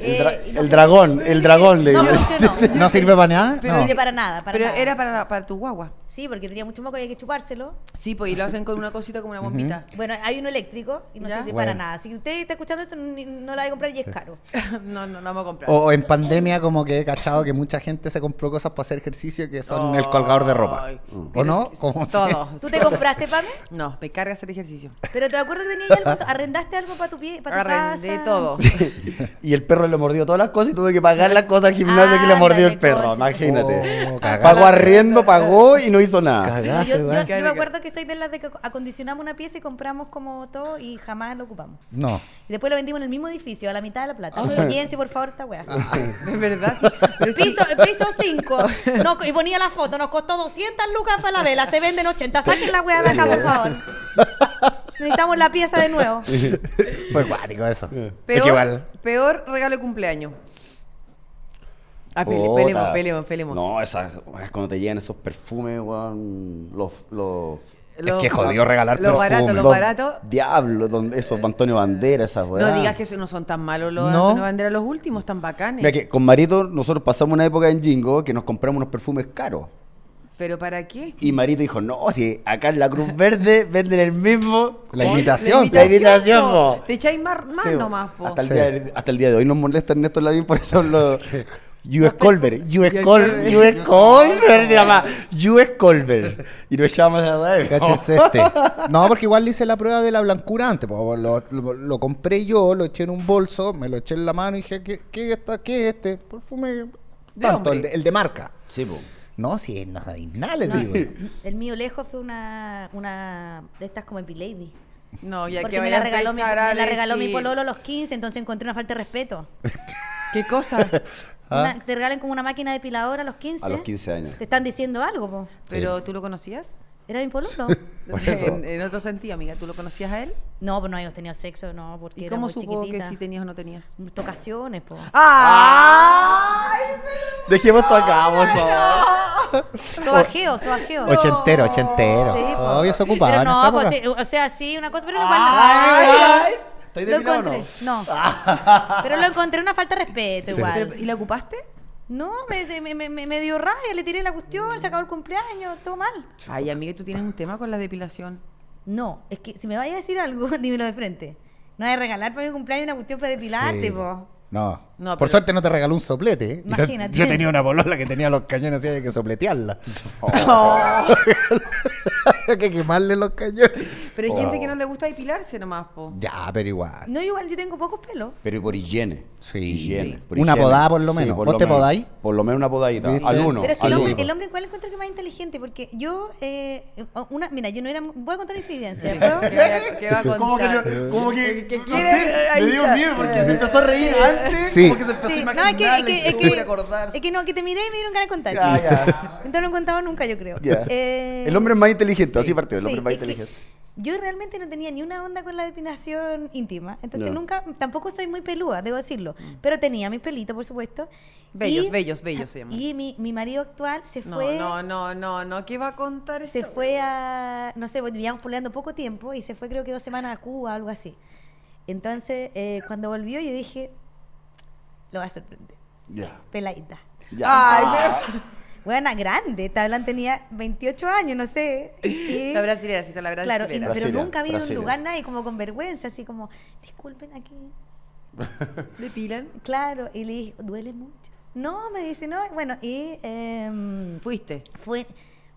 S4: El,
S2: Ah. Eh,
S4: dra-
S2: y
S4: el dragón, el dragón le
S2: no
S4: digo.
S2: funcionó.
S3: ¿No sirve para nada?
S2: Pero
S3: No.
S2: para nada, para
S1: Pero
S2: nada.
S1: era para, para tu guagua.
S2: Sí, porque tenía mucho moco y hay que chupárselo.
S1: Sí, pues y lo hacen con una cosita como una bombita.
S2: Bueno, hay uno eléctrico y no
S1: ¿Ya?
S2: sirve
S3: Bueno.
S2: para nada. Si usted está escuchando esto, ni- no la va a comprar y es caro.
S1: no, no, no vamos a comprar.
S3: O en pandemia como que he cachado que mucha gente se compró cosas para hacer ejercicio que son el colgador de ropa.
S5: Ay,
S3: ¿O no? Como
S1: Todo.
S2: ¿Tú te compraste, Pame?
S1: No, me carga hacer ejercicio.
S2: Pero te acuerdas que tenías algo, arrendaste algo para tu pie, para tu casa.
S1: Arrendé todo.
S4: Y el perro le mordió todas las cosas y tuve que pagar las cosas al gimnasio que le mordió el
S2: Ándale,
S4: perro,
S2: coche.
S4: imagínate.
S3: Oh, cagaste.
S4: pagó arriendo, pagó y no hizo nada.
S2: Yo,
S3: Cagaste,
S2: yo-
S3: weón.
S2: yo me acuerdo que soy de las de que acondicionamos una pieza y compramos como todo y jamás lo ocupamos.
S3: No.
S2: Y después lo vendimos en el mismo edificio, a la mitad de la plata.
S3: Ah.
S2: Olvídense, por favor, esta weá.
S4: Ah.
S1: Es verdad, sí. Pero sí,
S2: Piso, piso 5. No, y ponía la foto, nos costó 200 lucas para la vela, se venden 80. Saquen la weá de acá, por favor. Necesitamos la pieza de nuevo.
S3: Fue cuático eso. Es que
S1: peor,
S3: igual.
S1: peor regalo de cumpleaños. Ah, pele,
S4: Puta.
S1: pelemos, pelemos, pelemos.
S4: No, esas, es cuando te llegan esos perfumes, weón, los, los
S1: Lo-
S3: es que jodió regalar
S1: Lo barato,
S3: perfume.
S1: lo
S4: los
S1: barato.
S4: diablos, don- esos Antonio Bandera, esas weón.
S1: No digas que eso no son tan malos los
S3: No.
S1: Antonio Bandera, los últimos, tan bacanes.
S4: Mira que con Marito nosotros pasamos una época en Jingo que nos compramos unos perfumes caros.
S1: Pero ¿para qué?
S4: Y Marito dijo, no, si acá en la Cruz Verde venden el mismo.
S3: La invitación.
S4: La
S3: po.
S4: invitación,
S1: po.
S4: po.
S1: Te echáis más, más
S4: Sí, po.
S1: nomás, po.
S4: Hasta el,
S3: Sí.
S4: día, de- hasta el día de hoy nos molesta Ernesto Lavín por eso los... U.S.
S1: Los
S4: Colbert, U.S.
S1: US
S4: Colbert, U.S. Colbert se llama, U.S. Colbert. Y nos llamamos a la
S3: Caches este. No, porque igual le hice la prueba de la blancura antes. po. Lo, lo- lo compré yo, lo eché en un bolso, me lo eché en la mano y dije, ¿qué, qué, esta- qué es este? Perfume.
S1: De
S3: Tanto,
S1: hombre.
S3: el de, el de marca.
S4: Sí, po.
S3: No, si no hay nada, les digo.
S2: El mío lejos fue una, una de estas como Epilady.
S1: No, ya
S2: Porque
S1: que
S2: me la,
S1: vaya a
S2: regaló mi,
S1: empezar a
S2: me la regaló mi
S1: decir-
S2: pololo a los 15, entonces encontré una falta de respeto.
S1: ¿Qué cosa?
S3: Ah.
S2: Una- te regalan como una máquina depiladora a los 15.
S4: A los 15 años.
S2: Te están diciendo algo, po.
S1: ¿Pero tú lo conocías?
S2: Era mi pololo.
S4: Por eso.
S1: En, en otro sentido, amiga, ¿tú lo conocías a él?
S2: no, pues no habíamos tenido sexo, no, porque
S1: ¿Y
S2: era
S1: cómo
S2: muy
S1: supo que
S2: chiquitita.
S1: si tenías o no tenías?
S2: Tocaciones, po.
S1: ¡Ay!
S4: Dejemos esto acá, por favor.
S2: Sobajeo, sobajeo.
S3: Ochentero, ochentero.
S2: Sí, po.
S3: Obvio se ocupaba.
S2: Pero
S3: en
S2: no,
S3: esa
S2: pues,
S3: época.
S2: sí, o sea, sí, una cosa, pero lo
S4: Ay, ay.
S2: igual.
S4: ¿Estoy
S2: Lo
S4: depilado o
S2: encontré, no. Pero lo encontré una falta de respeto igual.
S1: Pero, ¿Y la ocupaste?
S2: No, me, me- me- me- me dio rabia, le tiré la cuestión, se acabó el cumpleaños, todo mal.
S1: Ay, amiga, tú tienes un tema con la depilación.
S2: No, es que si me vayas a decir algo, dímelo de frente. No hay regalar para mi cumpleaños una cuestión para depilarte,
S3: Sí.
S2: po.
S3: No.
S1: No,
S3: Por
S1: pero-
S3: suerte no te regaló un soplete. ¿eh? Yo-
S2: Imagínate.
S3: Yo, tenía una polola que tenía los cañones y había que sopletearla. Hay que quemarle los cañones.
S1: Pero
S5: Oh.
S1: hay gente que no le gusta depilarse nomás, po.
S3: Ya, pero igual.
S2: No, igual yo tengo pocos pelos.
S4: Pero por higiene.
S3: Sí.
S4: Higiene, por
S3: Una
S4: higiene.
S3: podada por lo menos. ¿Vos te podáis?
S4: Por lo menos una podadita.
S3: ¿Viste?
S4: Al uno.
S2: Pero es que el
S4: al
S2: hombre,
S4: uno.
S2: el hombre igual encuentro que es más inteligente, porque yo, eh, una, mira, yo no era, voy a contar una infidencia, pero...
S1: ¿Qué va a- qué va a contar?
S5: Como que, yo- como que,
S1: ¿Qué
S5: no
S1: quiere?
S5: sé,
S1: Ahí
S5: me dio
S1: está.
S5: miedo porque se empezó a reír antes,
S3: Sí.
S5: como que se empezó a
S2: Sí, no,
S5: imaginar
S2: es que, es que, es que-
S5: acordarse.
S2: es que no, que te miré y me dieron ganas de contar.
S4: Ya, ya.
S2: Entonces no he contado nunca, yo creo.
S4: Ya.
S2: Eh,
S4: El hombre es más inteligente, así partió, el
S2: sí,
S4: hombre es más
S2: es que
S4: inteligente.
S2: Yo realmente no tenía ni una onda con la depilación íntima. Entonces
S4: No.
S2: nunca, tampoco soy muy pelúa, debo decirlo. Pero tenía mis pelitos, por supuesto.
S1: Bellos,
S2: Y- ah,
S1: bellos, bellos se llaman.
S2: Y mi, mi marido actual se
S1: No,
S2: fue.
S1: no, no, no, no, ¿qué va a contar
S2: Se
S1: esto?
S2: fue a, no sé, pues, vivíamos peleando poco tiempo y se fue creo que dos semanas a Cuba, algo así. Entonces, eh, cuando volvió yo dije, lo va a sorprender,
S4: Ya.
S2: peladita.
S4: Ya. Ah.
S1: Ay,
S2: Buena, grande, Tablán tenía 28 años, no sé. y-
S1: La brasilera, sí, la brasilera.
S2: claro, y- pero
S4: Brasilia,
S2: nunca había ido a un
S4: Brasilia.
S2: lugar nadie como con vergüenza, así como, disculpen aquí.
S1: ¿Depilan?
S2: Claro, y le dije, duele mucho. No, me dice, no, bueno, y... em,
S1: Fuiste.
S2: fue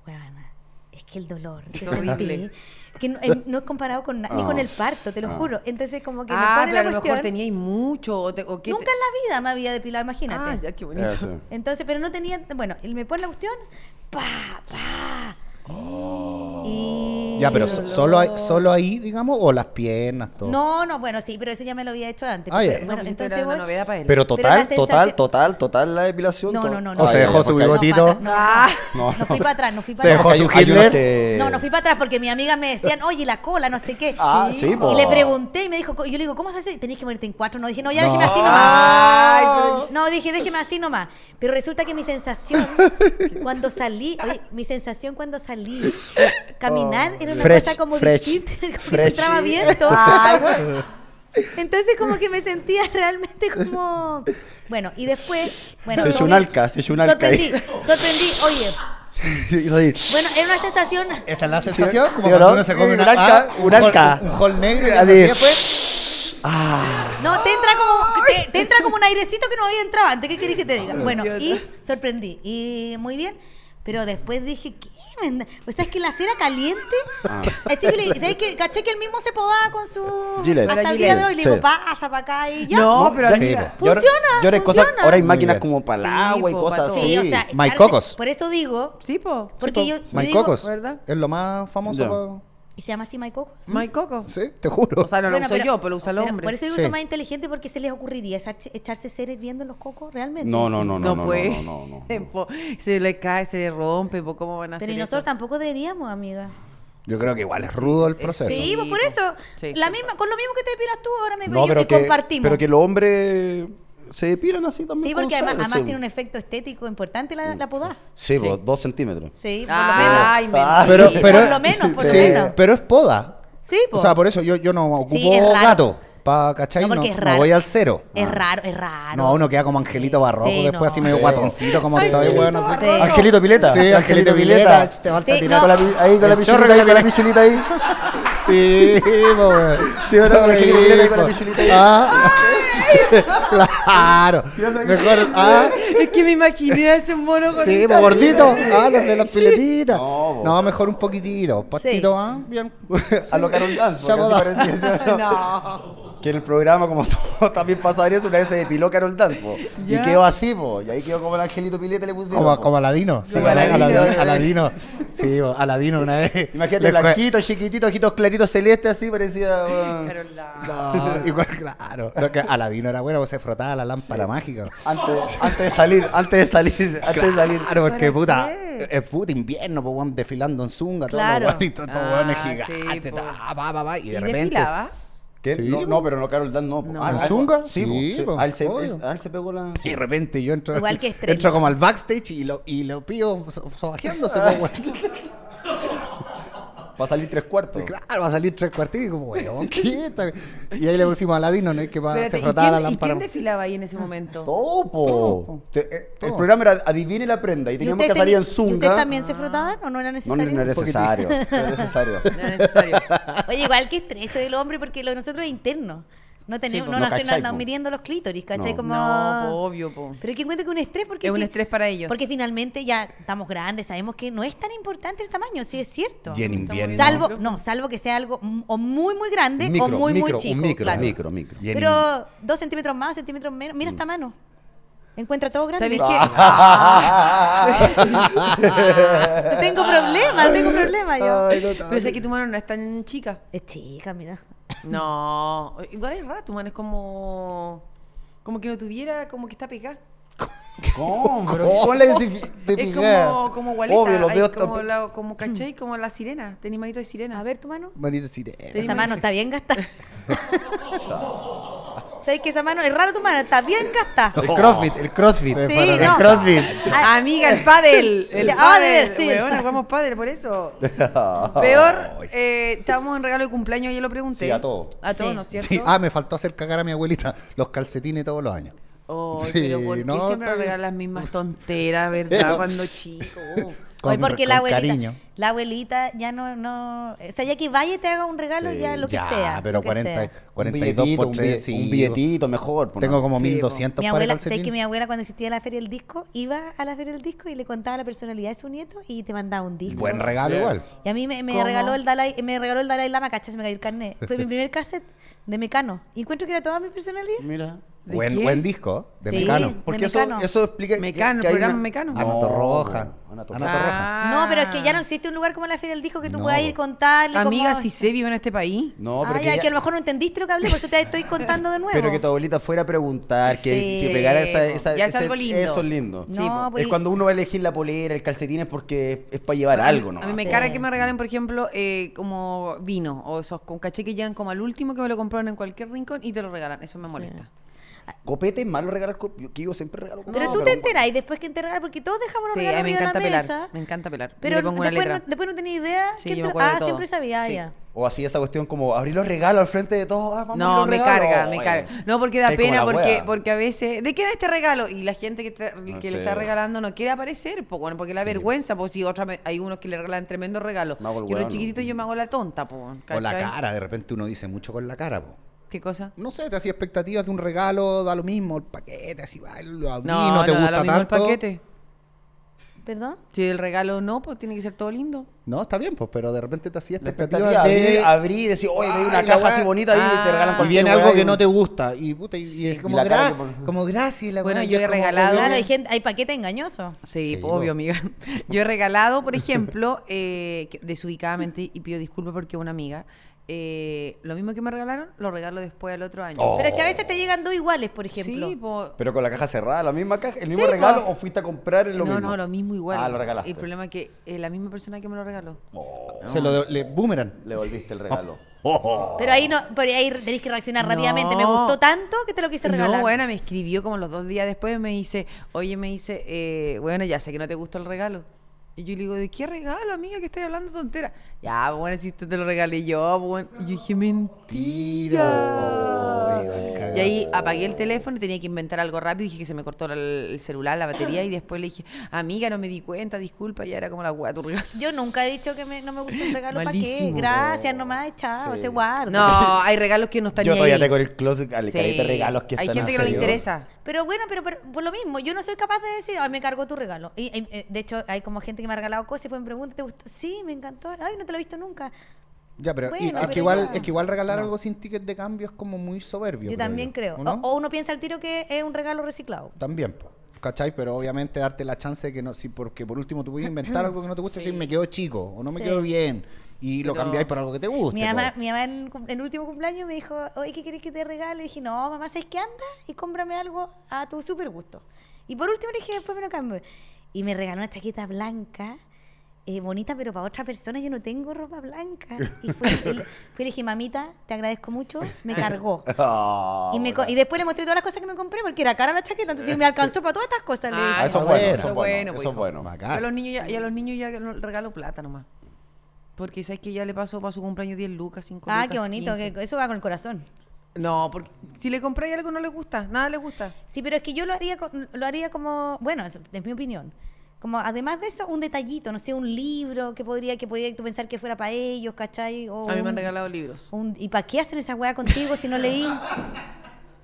S2: weona, es que el dolor que
S1: Qué horrible.
S2: sentí, que no, eh, no es comparado con na- ni con
S4: Ah,
S2: el parto te lo
S4: ah.
S2: juro entonces como que
S1: ah,
S2: me
S1: pero
S2: pone
S1: a lo
S2: la cuestión
S1: mejor teníais mucho. O te- o qué te-
S2: nunca en la vida me había depilado imagínate
S1: Ah, ya, qué bonito.
S4: Eso.
S2: entonces pero no tenía bueno él me pone la cuestión pa pa y
S3: Ya, pero so- solo, ahí- solo ahí, digamos, o las piernas, todo.
S2: no no bueno sí pero eso ya me lo había hecho antes
S3: Ah, ya.
S2: pero
S1: No,
S2: bueno
S1: pues esto
S2: entonces
S1: era una
S2: voy-
S1: novedad para él.
S4: Pero
S2: la
S4: total,
S2: sensación-
S4: total, total, total la depilación.
S2: no
S4: to-
S2: no no
S4: Ah,
S2: no
S3: O se
S4: ya,
S3: dejó
S4: ya,
S3: su
S4: porque hay-
S3: bigotito.
S2: no, para atrás, no, no, no fui para atrás no fui para
S3: Se
S2: atrás
S3: dejó
S4: hay-
S3: su
S4: hay unos
S3: Hitler.
S4: que-
S2: No, no fui para atrás porque mis amigas me decían, oye, la cola, no sé qué.
S4: Eh, Ah, sí, po.
S2: y le pregunté y me dijo, co- yo le digo, ¿cómo se hace? Tenés que ponerte en cuatro. No, dije, no, ya
S3: No.
S2: déjeme así
S1: Ay,
S2: nomás.
S1: pero-
S2: No, dije, déjeme así nomás. Pero resulta que mi sensación cuando salí, oye, mi sensación cuando salí, caminar era una
S4: Fresh,
S2: cosa como
S4: fresh,
S2: distinta, como que no
S4: fresh.
S2: entraba viento.
S1: Ay,
S2: Entonces como que me sentía realmente como... Bueno, y después... Bueno,
S4: Se
S2: todo
S4: hizo un
S2: bien.
S4: alca, se hizo un alca ahí.
S2: Sorprendí, sorprendí. Oye,
S5: Sí, soy-
S2: Bueno, era una sensación.
S3: Esa es la sensación, como
S5: sí,
S3: cuando
S5: ¿no?
S3: uno se come
S5: Un
S3: una,
S5: alca-
S3: ah,
S5: un
S3: hol-
S5: alca.
S3: un hall negro y pues,
S5: Así.
S3: así después.
S2: No, te entra como, te, te entra como un airecito que no había entrado antes. ¿Qué querés que te diga? Bueno, y sorprendí. Y muy bien. Pero después dije, ¿qué? menda? O sea, es que la cera caliente. Así que le- ¿sabes qué? caché que él mismo se podaba con su.
S4: Gillette.
S2: Hasta el
S1: Gillette,
S2: día de hoy le digo,
S4: sí.
S2: pasa para acá y ya.
S1: No, pero
S4: ya-
S1: amiga.
S4: yo ahora-
S2: Funciona,
S4: yo ahora hay cosas-
S2: funciona.
S4: ahora hay
S3: Muy
S4: máquinas
S3: bien.
S4: como para el
S1: Sí,
S4: agua y
S1: po,
S4: cosas
S1: para todo.
S4: así.
S2: Sí, o sea,
S3: My
S2: echarse-
S3: Cocos.
S2: Por eso digo.
S1: Sí, po.
S2: Porque
S1: Sí,
S2: yo,
S1: po.
S2: yo
S3: My
S2: digo-
S3: Cocos.
S1: ¿verdad?
S3: Es lo más famoso.
S4: Ya.
S3: pa-
S2: ¿Y se llama así My Cocos?
S1: My Coco.
S3: Sí, te juro.
S1: O sea, no
S2: Bueno,
S1: lo uso yo, pero lo usa el
S2: pero
S1: hombre.
S2: Por eso digo,
S3: Sí.
S2: son más inteligentes porque se les ocurriría echarse, echarse cera hirviendo en los cocos realmente.
S4: No, no, no, no, no, no,
S1: puede.
S4: no, no, no.
S1: Po, Se le cae, se le rompe, po, ¿cómo van a hacer
S2: Pero y
S1: eso?
S2: nosotros tampoco deberíamos, amiga.
S3: Yo creo que igual es rudo el
S1: eh,
S3: proceso.
S2: Sí,
S1: Sí,
S2: pues por
S1: po.
S2: eso.
S1: Sí,
S2: la
S1: por
S2: misma, con lo mismo que te depilas tú, ahora me
S4: No,
S2: veo
S4: pero
S2: que,
S4: que,
S2: compartimos.
S4: pero que los hombres se depilan así también.
S2: sí,
S4: con
S2: porque además,
S4: sal,
S2: además
S4: sí.
S2: tiene un efecto estético importante la, la podá.
S4: Sí, po, dos centímetros.
S2: Sí, por
S1: Ah, Ay,
S2: lo menos.
S4: Ah,
S1: mentira.
S3: Ah, Pero,
S2: Sí,
S3: pero,
S2: por lo menos, por lo
S3: sí,
S2: menos.
S3: Pero es poda.
S2: Sí, po.
S3: O sea, por eso yo, yo no ocupo
S2: Sí, es raro.
S3: gato. Pa, ¿Cachai?
S2: No,
S3: No,
S2: porque es
S3: no
S2: raro.
S3: voy al cero.
S2: Es raro, es raro.
S3: No, uno queda como Angelito Barroco,
S2: Sí,
S3: después
S2: no.
S3: así medio guatoncito, como
S1: Ay,
S3: todo el
S1: Angelito
S3: weón así.
S2: Barroco. Sí.
S5: Angelito Pileta.
S3: Sí, Angelito Vileta. Te falta
S2: Sí,
S3: tirar
S2: no.
S5: Con la pi- ahí con la
S3: El chorro
S5: pichulita, ahí
S3: que
S5: con la
S3: le-
S5: pichulita ahí.
S3: Sí, po, weón.
S5: Sí, ahora con
S3: No
S5: el
S3: me
S5: Angelito Vileta y
S3: digas,
S5: con la
S3: po.
S5: pichulita ahí.
S3: Ah. Claro. Mejor. Ah.
S1: Es que me imaginé a ese mono con
S3: Sí, po,
S1: esta-
S3: gordito. Ah, los de las piletitas.
S4: No, po.
S3: No, mejor un poquitito. Pastito, ah. Bien.
S5: A lo Carol Dance.
S3: Ya
S5: porque
S3: podá.
S5: así parecía, ¿no?
S1: No.
S5: Que en el programa, como todo, también pasaba eso, una vez se depiló Carol Dance, po. Y
S1: Ya.
S5: quedó así, po. Y ahí quedó como el Angelito Pileta le pusieron.
S3: Como,
S5: po.
S3: como Aladino. Sí,
S5: Como
S3: Aladino.
S5: Aladino,
S3: Aladino.
S5: eh.
S3: Sí, po, Aladino una vez.
S5: Imagínate,
S3: Les cue-
S5: blanquito, chiquitito, ojitos claritos, celeste, así parecía. weón.
S1: Carol Dance.
S3: No, igual, claro. No, que Aladino era bueno, pues se frotaba la lámpara mágica.
S5: Antes, antes de salir, antes de salir, antes de salir.
S3: Claro, porque
S1: ¿Para
S3: puta,
S1: qué?
S3: es puta invierno, pues weón, desfilando en zunga,
S2: Claro.
S3: todo lo guanito, todo
S1: Ah,
S3: weón es
S1: sí,
S3: gigante,
S1: po.
S3: ta, pa, pa, pa, y
S1: ¿Y
S3: de repente.
S1: desfilaba?
S5: ¿Qué?
S3: Sí,
S5: no,
S3: po.
S5: no, pero no Carol Dance, no. po.
S1: No.
S5: Ah,
S3: ¿En
S5: ah,
S3: Zunga?
S5: Sí, po,
S3: Sí,
S5: sí.
S3: po,
S5: A él se,
S3: obvio.
S5: es- a él se pegó la.
S3: Y de repente yo entro,
S2: Igual que estrella.
S3: entro como al backstage y lo, y lo pillo so- sobajeándose, pues, weón.
S5: Va a salir tres cuartos.
S3: Claro, va a salir tres cuartillos y como, weón, ¿qué tal? Y ahí le pusimos a Aladino, ¿no? Es que pa-
S1: Espérate,
S3: se
S1: ¿y
S3: frotaba la
S1: quién- ¿Y
S3: lámpara.
S1: quién desfilaba ahí en ese momento?
S5: Topo.
S3: Topo.
S5: eh, El
S3: Todo.
S5: programa era adivine la prenda y
S2: ¿Y
S5: teníamos
S2: ustedes
S5: que salir en
S2: teni- y ¿Ustedes
S5: Zunga.
S2: también se frotaban o no era
S5: No,
S2: necesario?
S5: no era necesario. No era necesario.
S1: No era necesario.
S2: Oye, igual que estrés del hombre, porque lo de nosotros es interno. No tenemos,
S1: Sí, po.
S2: no,
S5: No
S2: nos hacen-
S5: cachai,
S2: andamos
S5: po.
S2: midiendo los clítoris, ¿cachai?
S4: No.
S2: Como...
S1: No, po, obvio, po.
S2: Pero es que encuentro que un estrés porque
S1: Es un
S2: sí-
S1: estrés para ellos.
S2: Porque finalmente ya estamos grandes, sabemos que no es tan importante el tamaño, sí es cierto.
S3: Y en invierno.
S2: Salvo, no, salvo que sea algo mm, o muy, muy grande o
S3: Micro,
S2: muy,
S3: micro,
S2: muy
S3: un
S2: chico.
S3: micro, Mm.
S2: claro.
S4: Micro, micro.
S3: Y en-
S2: Pero dos centímetros más, centímetros menos. Mira esta mano. Encuentra todo grande.
S1: ¿Sabéis qué?
S4: Ah.
S2: No tengo problema, tengo problema yo.
S3: Ay, no, ta-
S1: Pero sé que tu mano no es tan chica.
S2: Es chica, mira.
S1: No, igual es raro, tu mano es como. Como que no tuviera, como que está pegada.
S3: ¡Oh,
S5: ¿Cómo? Pero ¿Cómo le decís?
S1: Es como, como gualeta,
S5: Obvio, los
S1: ahí
S5: dedos
S1: como,
S5: están-
S1: la, como cachai, como la sirena. Tenís manito de sirena.
S2: A ver tu mano.
S3: Manito sirena.
S1: Tenés
S2: Esa mano está bien gastada. ¿Sabes que esa mano es raro tu mano? Está bien gastada.
S5: El crossfit, el crossfit.
S3: Sí,
S2: Sí,
S5: El
S2: no.
S5: crossfit.
S2: Ah,
S1: Amiga, el pádel. El
S2: Ya,
S1: pádel.
S2: pádel, Ah, sí.
S1: Weona, jugamos pádel, por eso. Peor, eh, estábamos en regalo de cumpleaños, yo lo pregunté.
S5: Sí, a todo.
S1: A todo,
S2: Sí.
S1: ¿no es cierto?
S3: Sí, ah, me faltó hacer cagar a mi abuelita los calcetines todos los años.
S1: Ay,
S3: Sí,
S1: pero ¿por qué
S3: no,
S1: siempre me
S3: está bien.
S1: regalan las mismas tonteras, verdad? Cuando chico.
S3: Con-
S2: Hoy porque la
S3: con
S2: abuelita,
S3: cariño.
S2: la abuelita ya no, no, o sea, ya que vaya y te haga un regalo,
S5: Sí,
S2: ya lo que
S3: ya,
S2: sea.
S3: pero
S2: lo que
S3: 40,
S2: sea.
S5: Un
S3: 42
S5: billetito,
S3: por
S5: un,
S3: 3,
S5: billetito, un billetito mejor. po,
S3: Tengo
S5: no.
S3: como
S1: Sí,
S3: 1200
S2: Mi
S3: para
S2: abuela, sé que
S3: calcetines.
S2: mi abuela cuando existía la feria del disco, iba a la feria del disco y le contaba la personalidad de su nieto y te mandaba un disco.
S3: Buen regalo
S5: Sí.
S3: igual.
S2: Y a mí me, me
S1: ¿Cómo?
S2: regaló el Dalai, me regaló el Dalai Lama, cachas, me cayó el carnet. Fue mi primer cassette de Mecano. Y encuentro que era toda mi personalidad.
S5: Mira.
S1: ¿De
S3: Buen,
S1: qué?
S3: buen disco de
S2: Sí.
S3: Mecano.
S5: Porque eso,
S2: Mecano.
S5: eso explica. que-
S1: Mecano,
S5: que hay
S1: programa
S5: una-
S1: Mecano.
S3: Anato Roja.
S5: po, Anato
S3: Anato
S5: Roja.
S3: roja.
S2: No, pero es que ya no existe un lugar como la feria del disco que tú
S3: No.
S2: puedas ir contarle.
S1: Ah. Amiga,
S2: como-
S1: si se vive en este país.
S5: No, pero
S2: Ay,
S5: que
S2: ay,
S5: ya-
S2: que a lo mejor no entendiste lo que hablé, por eso te estoy contando de nuevo.
S5: Pero que tu abuelita fuera a preguntar, que
S2: Sí.
S5: si pegara esa, esa-
S1: Ya es
S5: ese-
S1: algo lindo.
S5: Eso es lindo.
S2: Sí, No, po. pues-
S5: es cuando uno va a elegir la polera, el calcetín, es porque es, es para llevar algo, ¿no?
S1: A mí me
S5: Sí.
S1: cara que me regalen, por ejemplo, eh, como vino o esos con caché que llegan como al último que me lo compraron en cualquier rincón y te lo regalan. Eso me molesta.
S5: Copete es malo regalar copete. Yo, que yo siempre regalo copete.
S2: Pero tú te enteras y después que te regalan, porque todos dejamos los
S1: Sí,
S2: regalos
S1: a mí me
S2: arriba
S1: encanta
S2: de la
S1: pelar.
S2: mesa.
S1: Me encanta pelar. Pero
S2: Pero
S1: le pongo una
S2: después,
S1: letra.
S2: No, después no tenía idea.
S1: Sí,
S2: quién
S1: yo
S2: te-
S1: me acuerdo de
S2: ah,
S1: todo.
S2: siempre sabía,
S1: Sí.
S2: ya.
S5: O así esa cuestión como abrir los regalos al frente de todos. ah, vamos a abrir
S1: No,
S5: los
S1: me
S5: regalos.
S1: carga, me
S5: Ay,
S1: carga.
S4: eh,
S1: No, porque da
S5: estoy como
S1: pena,
S5: la
S1: porque,
S5: wea.
S1: porque a veces, ¿de qué era este regalo? Y la gente que, te-
S5: No
S1: que le
S5: sé,
S1: está
S5: weón.
S1: regalando no quiere aparecer, po, bueno, porque la vergüenza, pues si otra, me- hay unos que le regalan tremendo regalo.
S4: Me hago el
S1: Yo los
S4: weón,
S1: chiquititos
S4: ¿no?
S1: yo me hago la tonta, po,
S3: O la
S1: ¿cachai?
S3: cara, de repente uno dice mucho con la cara, po.
S1: ¿Qué cosa?
S3: No sé, te hacía expectativas de un regalo, da lo mismo, el paquete, así va, lo abrí,
S1: No,
S3: no, te
S1: da
S3: gusta
S1: lo mismo
S3: tanto.
S1: el paquete.
S2: ¿Perdón?
S1: Si el regalo no, pues tiene que ser todo lindo.
S3: No, está bien, pues, pero de repente te hacía
S5: La
S3: expectativas
S5: expectativa
S3: de...
S5: de abrir y decir, oye, hay
S3: Ay,
S1: Ah,
S5: una
S3: la
S5: caja
S3: weá.
S5: así bonita ahí y te regalan
S4: Ah,
S3: y
S5: cualquier
S3: viene algo
S5: weá
S3: que
S5: y-
S3: no te gusta. Y puta, y, y es como,
S5: la cara
S3: gra-
S5: que pon-
S3: como gracias. La
S1: Bueno,
S3: weá, y
S1: yo
S3: es
S1: he
S3: como,
S1: regalado-
S3: weón,
S1: Claro,
S2: Claro, hay, gente, hay paquete engañoso.
S1: Sí,
S3: Sí,
S1: po, obvio,
S3: po.
S1: amiga. Yo he regalado, por ejemplo, eh, que- desubicadamente, y pido disculpas porque una amiga, eh, lo mismo que me regalaron, lo regalo después al otro año.
S5: Oh,
S2: Pero es que a veces te llegan dos iguales, por ejemplo.
S1: Sí, po.
S5: Pero con la caja cerrada, la misma caja, el mismo
S1: Sí,
S5: regalo,
S1: po.
S5: o fuiste a comprar lo
S1: no,
S5: mismo.
S1: no, lo mismo igual.
S5: Ah, lo regalaste.
S1: El problema es que eh, la misma persona que me lo regaló.
S5: Oh,
S3: Se lo de- le boomerang.
S5: le volviste el regalo.
S2: Pero ahí no, pero ahí tenés que reaccionar
S1: No.
S2: rápidamente. Me gustó tanto que te lo quise regalar.
S1: No, bueno, me escribió como los dos días después, me dice, oye, me dice, eh, bueno, ya sé que no te gustó el regalo. Y yo le digo, ¿de qué regalo, amiga, que estoy hablando tontera? Ya, pues, bueno, si te te lo regalé yo, pues, bueno. Y yo dije, mentira. Y ahí apagué el teléfono, tenía que inventar algo rápido, dije que se me cortó el, el celular, la batería, y después le dije, amiga, no me di cuenta, disculpa, ya era como la hueá tu regalo.
S2: Yo nunca he dicho que me- no me gusta un regalo. ¿Para qué?
S1: Malísimo.
S2: Gracias, nomás, chao, se guarda.
S1: No, hay regalos que no están
S5: Yo
S1: ni
S5: todavía
S1: ahí.
S5: tengo en el closet al
S1: Sí.
S5: careta de regalos que
S1: Hay
S5: están
S1: gente que no le
S5: así,
S1: interesa.
S2: Pero bueno, pero, pero por lo mismo, yo no soy capaz de decir, ay, me cargo tu regalo. Y, y, eh, de hecho, hay como gente que me ha regalado cosas y pues me pregunta, ¿te gustó? Sí, me encantó. Ay, no te lo he visto nunca.
S3: Ya, pero,
S2: Bueno,
S3: y- es,
S2: pero
S3: que igual,
S2: ya.
S3: es que igual regalar algo sin ticket de cambio es como muy soberbio.
S2: Yo, también creo.
S3: ¿o
S2: O,
S3: no?
S2: o uno piensa al tiro que es un regalo reciclado.
S3: También, po, ¿cachai? Pero obviamente darte la chance de que no, si porque por último tú puedes inventar algo que no te gusta y decir me quedo chico o no me
S2: Sí.
S3: quedo bien y lo
S1: Pero-
S3: cambiáis por algo que te guste.
S2: Mi
S3: po.
S2: mamá, mi mamá en cum- en el último cumpleaños me dijo, oye, ¿qué querés que te regale? Y dije, no, mamá, ¿sabes qué anda? Y cómprame algo a tu super gusto. Y por último le dije, después me lo cambio. Y me regaló una chaqueta blanca, eh, bonita, pero para otra persona yo no tengo ropa blanca. Y fui, y le- fui y le dije, mamita, te agradezco mucho, me cargó.
S5: Ah,
S2: Y, me co- y después le mostré todas las cosas que me compré porque era cara la chaqueta, entonces me alcanzó para todas estas cosas. le
S1: Ah,
S5: Ah,
S2: dije.
S5: eso es
S3: Ah,
S5: bueno,
S3: bueno,
S5: eso
S1: bueno,
S5: es bueno,
S1: pues,
S5: eso es
S1: hijo.
S5: bueno.
S1: Yo a
S3: Bacán.
S1: los niños ya, y a los niños ya no- regalo plata nomás. Porque sabes que ya le pasó para su cumpleaños 10 lucas, 5 lucas.
S2: Ah, qué bonito,
S1: 15.
S2: que eso va con el corazón.
S1: No, porque si le compráis algo no le gusta, nada le gusta.
S2: Sí, pero es que yo lo haría, con- lo haría como, bueno, es, es mi opinión. Como además de eso, un detallito, no sé, un libro que podría, que podría tú pensar que fuera para ellos, ¿cachai? O
S1: A mí me han
S2: un-
S1: regalado libros.
S2: un- ¿Y para qué hacen esa weá contigo si no leí?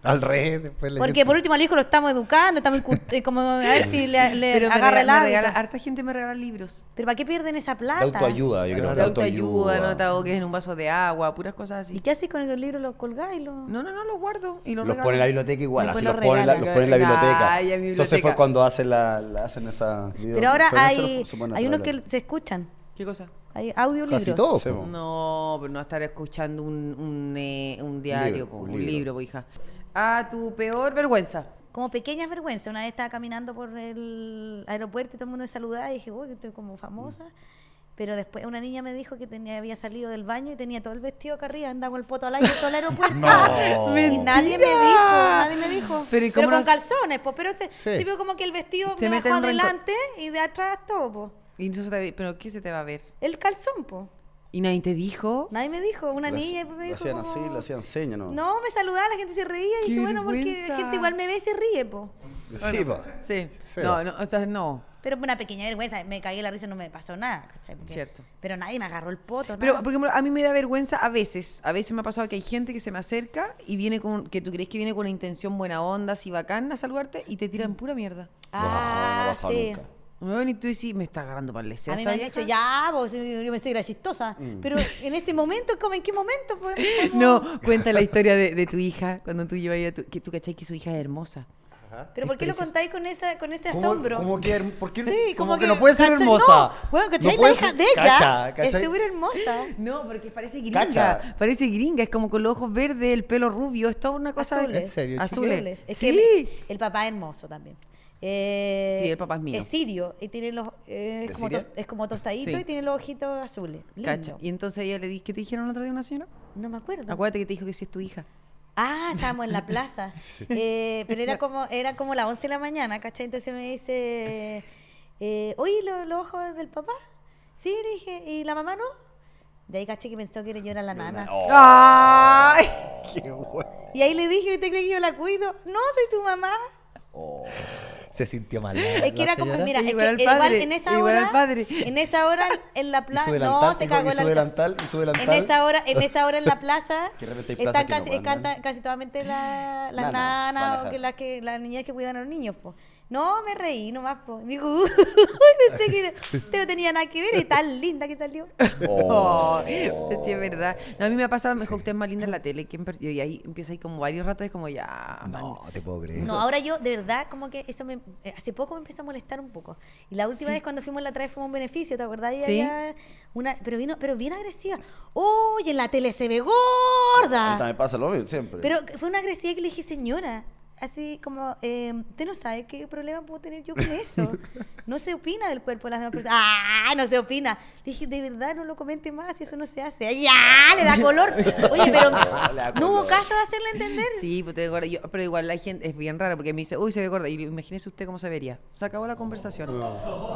S3: Al revés, después le
S2: Porque por último al hijo lo estamos educando, estamos incu- eh, como a ver si le, le
S1: Pero me
S2: agarra
S1: rega-
S2: el
S1: me
S2: hábito.
S1: regala- harta gente me regala libros.
S2: Pero ¿para qué pierden esa
S5: De
S2: plata?
S5: autoayuda, yo creo.
S3: Claro.
S5: de
S1: De autoayuda, no te ahogues en un vaso de agua, puras cosas
S2: ¿Y
S1: así.
S2: qué haces con esos libros? ¿Los colgáis? Los...
S1: No, no, no, los guardo y los,
S5: Los
S1: regalo.
S5: pone en la biblioteca igual,
S2: Después
S5: así
S2: los
S5: los pone en la,
S2: regalan.
S5: los pone en la biblioteca.
S1: Ay, a mi
S5: Entonces
S1: biblioteca.
S5: fue cuando hacen, la, la- hacen esa video-
S2: Pero ahora
S5: fue eso,
S2: hay,
S5: lo suben a
S2: hay unos
S5: través
S2: que se escuchan,
S1: ¿Qué cosa?
S2: hay audiolibros.
S3: Casi todo.
S5: Sí,
S3: po.
S5: po.
S1: No, pero no estar escuchando un, un, eh, un diario,
S5: libro,
S1: po,
S5: un
S1: un, libro,
S5: libro.
S1: po, hija. Ah, tu peor vergüenza.
S2: como pequeñas vergüenzas. Una vez estaba caminando por el aeropuerto y todo el mundo me saludaba y dije, uy, que estoy como famosa. Pero después una niña me dijo que tenía, había salido del baño y tenía todo el vestido acá arriba, andaba con el poto al aire todo el aeropuerto. y nadie me dijo, nadie me dijo.
S1: Pero,
S2: Pero,
S1: ¿y cómo
S2: con
S1: no-
S2: calzones, pues, pero se,
S3: Sí.
S2: tipo como que el vestido
S1: Se
S2: me
S1: mete
S2: bajó
S1: en rencor.
S2: adelante y de atrás todo, pues.
S1: Y entonces te- ¿Pero qué se te va a ver?
S2: El calzón, pues.
S1: ¿Y nadie te dijo?
S2: Nadie me dijo, una
S5: Lo
S2: niña
S5: hacían-
S2: pues, me
S5: lo
S2: dijo
S5: hacían
S2: como-
S5: así, lo hacían señas, ¿no?
S2: No, me saludaba, la gente se reía y
S1: ¡Qué
S2: dije, bueno, porque la
S1: vergüenza!
S2: gente igual me ve y se ríe, pues.
S5: Sí, po.
S1: Sí.
S3: Sí.
S1: No, no, o sea, no.
S2: Pero fue una pequeña vergüenza, me caí en la risa, no me pasó nada, ¿cachai? Porque-
S1: Cierto.
S2: Pero nadie me agarró el poto,
S1: Pero,
S2: nada.
S1: por ejemplo, a mí me da vergüenza a veces. A veces me ha pasado que hay gente que se me acerca y viene con. que tú crees que viene con una intención buena onda, así bacana, a saludarte y te tiran pura mierda.
S5: No, no
S2: Ah,
S5: ha pasado
S2: sí.
S5: nunca.
S1: Me ven y tú decís, me está agarrando para el
S2: A mí me han dicho, ya, vos, yo me estoy chistosa.
S5: Mm.
S2: Pero en este momento, ¿cómo, ¿en qué momento? Pues, ¿Cómo?
S1: No, cuenta la historia de, de tu hija, cuando tú llevas a tu. que tú cachai que su hija es hermosa.
S2: ¿Pero
S1: es
S2: por qué lo
S1: precioso.
S2: contáis con, esa, con ese
S5: ¿Cómo-
S2: asombro?
S5: cómo que her- por qué-
S2: Sí,
S5: cómo
S2: como
S5: que no puede ser
S2: ¿cachai?
S5: hermosa?
S2: No, bueno, ¿cachai?
S5: No puede
S2: la hija
S5: ser-
S2: de ella
S5: Cacha, ¿cachai?
S2: estuviera hermosa.
S1: No, porque parece gringa.
S5: Cacha.
S1: Parece gringa, es como con los ojos verdes, el pelo rubio, es toda una cosa.
S2: Azules. ¿En
S3: serio, chica?
S1: Azules.
S2: Azules. Es
S1: sí.
S2: que el papá es hermoso también. Eh,
S1: Sí, el papá es mío.
S2: Es sirio y tiene los, eh,
S5: ¿De
S2: es, como
S5: Siria?
S2: tos- es como tostadito
S1: Sí.
S2: y tiene los ojitos azules. Lindo.
S1: Cacha. Y entonces ella le dice, ¿qué te dijeron el otro día una señora?
S2: No me acuerdo.
S1: Acuérdate que te dijo que sí es tu hija.
S2: Ah, estábamos en la plaza. Eh, pero era como, era como las 11 de la mañana, ¿cachai? Entonces me dice, eh, oye, lo- los ojos del papá. Sí, le dije, ¿y la mamá no? De ahí caché que pensó que yo era la nana.
S1: Oh. Ay,
S3: Qué bueno.
S2: Y ahí le dije, ¿usted cree que yo la cuido? No, soy tu mamá.
S3: Se sintió mal.
S2: Es que era como, mira, es que
S1: Igual al
S2: igual
S1: padre,
S2: en esa
S1: igual
S2: hora,
S1: al padre.
S2: en esa hora en la
S3: Y
S2: plaza,
S3: su
S2: no,
S3: delantal,
S2: se
S3: dijo,
S2: cagó
S3: y su
S2: la
S3: delantal, y su
S2: En
S3: delantal.
S2: esa hora, en esa hora en la plaza,
S6: Que de repente hay plazas
S2: están
S6: que no
S2: casi,
S6: van,
S2: canta-
S6: ¿no?
S2: casi totalmente la- las
S6: Nanas,
S2: nanas
S6: panajas.
S2: o que las que las niñas que cuidan a los niños, po. No, me reí nomás, po. Me Dijo, uy, pensé que usted no tenía nada que ver, y tan linda que salió.
S1: Oh, sí, es verdad. No, a mí me ha pasado, me dijo, usted es más linda en la tele. ¿Quién perdió? Y ahí empieza ahí como varios ratos, es como ya. man.
S3: No, te puedo creer.
S2: No, ahora yo, de verdad, como que eso me, eh, hace poco me empezó a molestar un poco. Y la última vez cuando fuimos la otra vez fuimos a un beneficio, ¿te acordás? Y
S1: Sí.
S2: había una, pero vino, pero bien agresiva. Oye, en la tele se ve gorda.
S6: Ahorita me pasa lo mismo siempre.
S2: Pero que fue una agresiva que le dije, señora, así como, eh, usted no sabe qué problema puedo tener yo con eso. No se opina del cuerpo de las demás personas. ¡Ah! No se opina. Le dije, de verdad, no lo comente más, eso no se hace. ¡Ya! Le da color. Oye, pero
S6: No, le da
S2: no hubo
S6: color.
S2: caso de hacerle entender.
S1: Sí, pues te veo gorda. Yo- pero igual la gente es bien rara porque me dice, uy, se ve gorda. Y imagínese usted cómo se vería. Se acabó la conversación.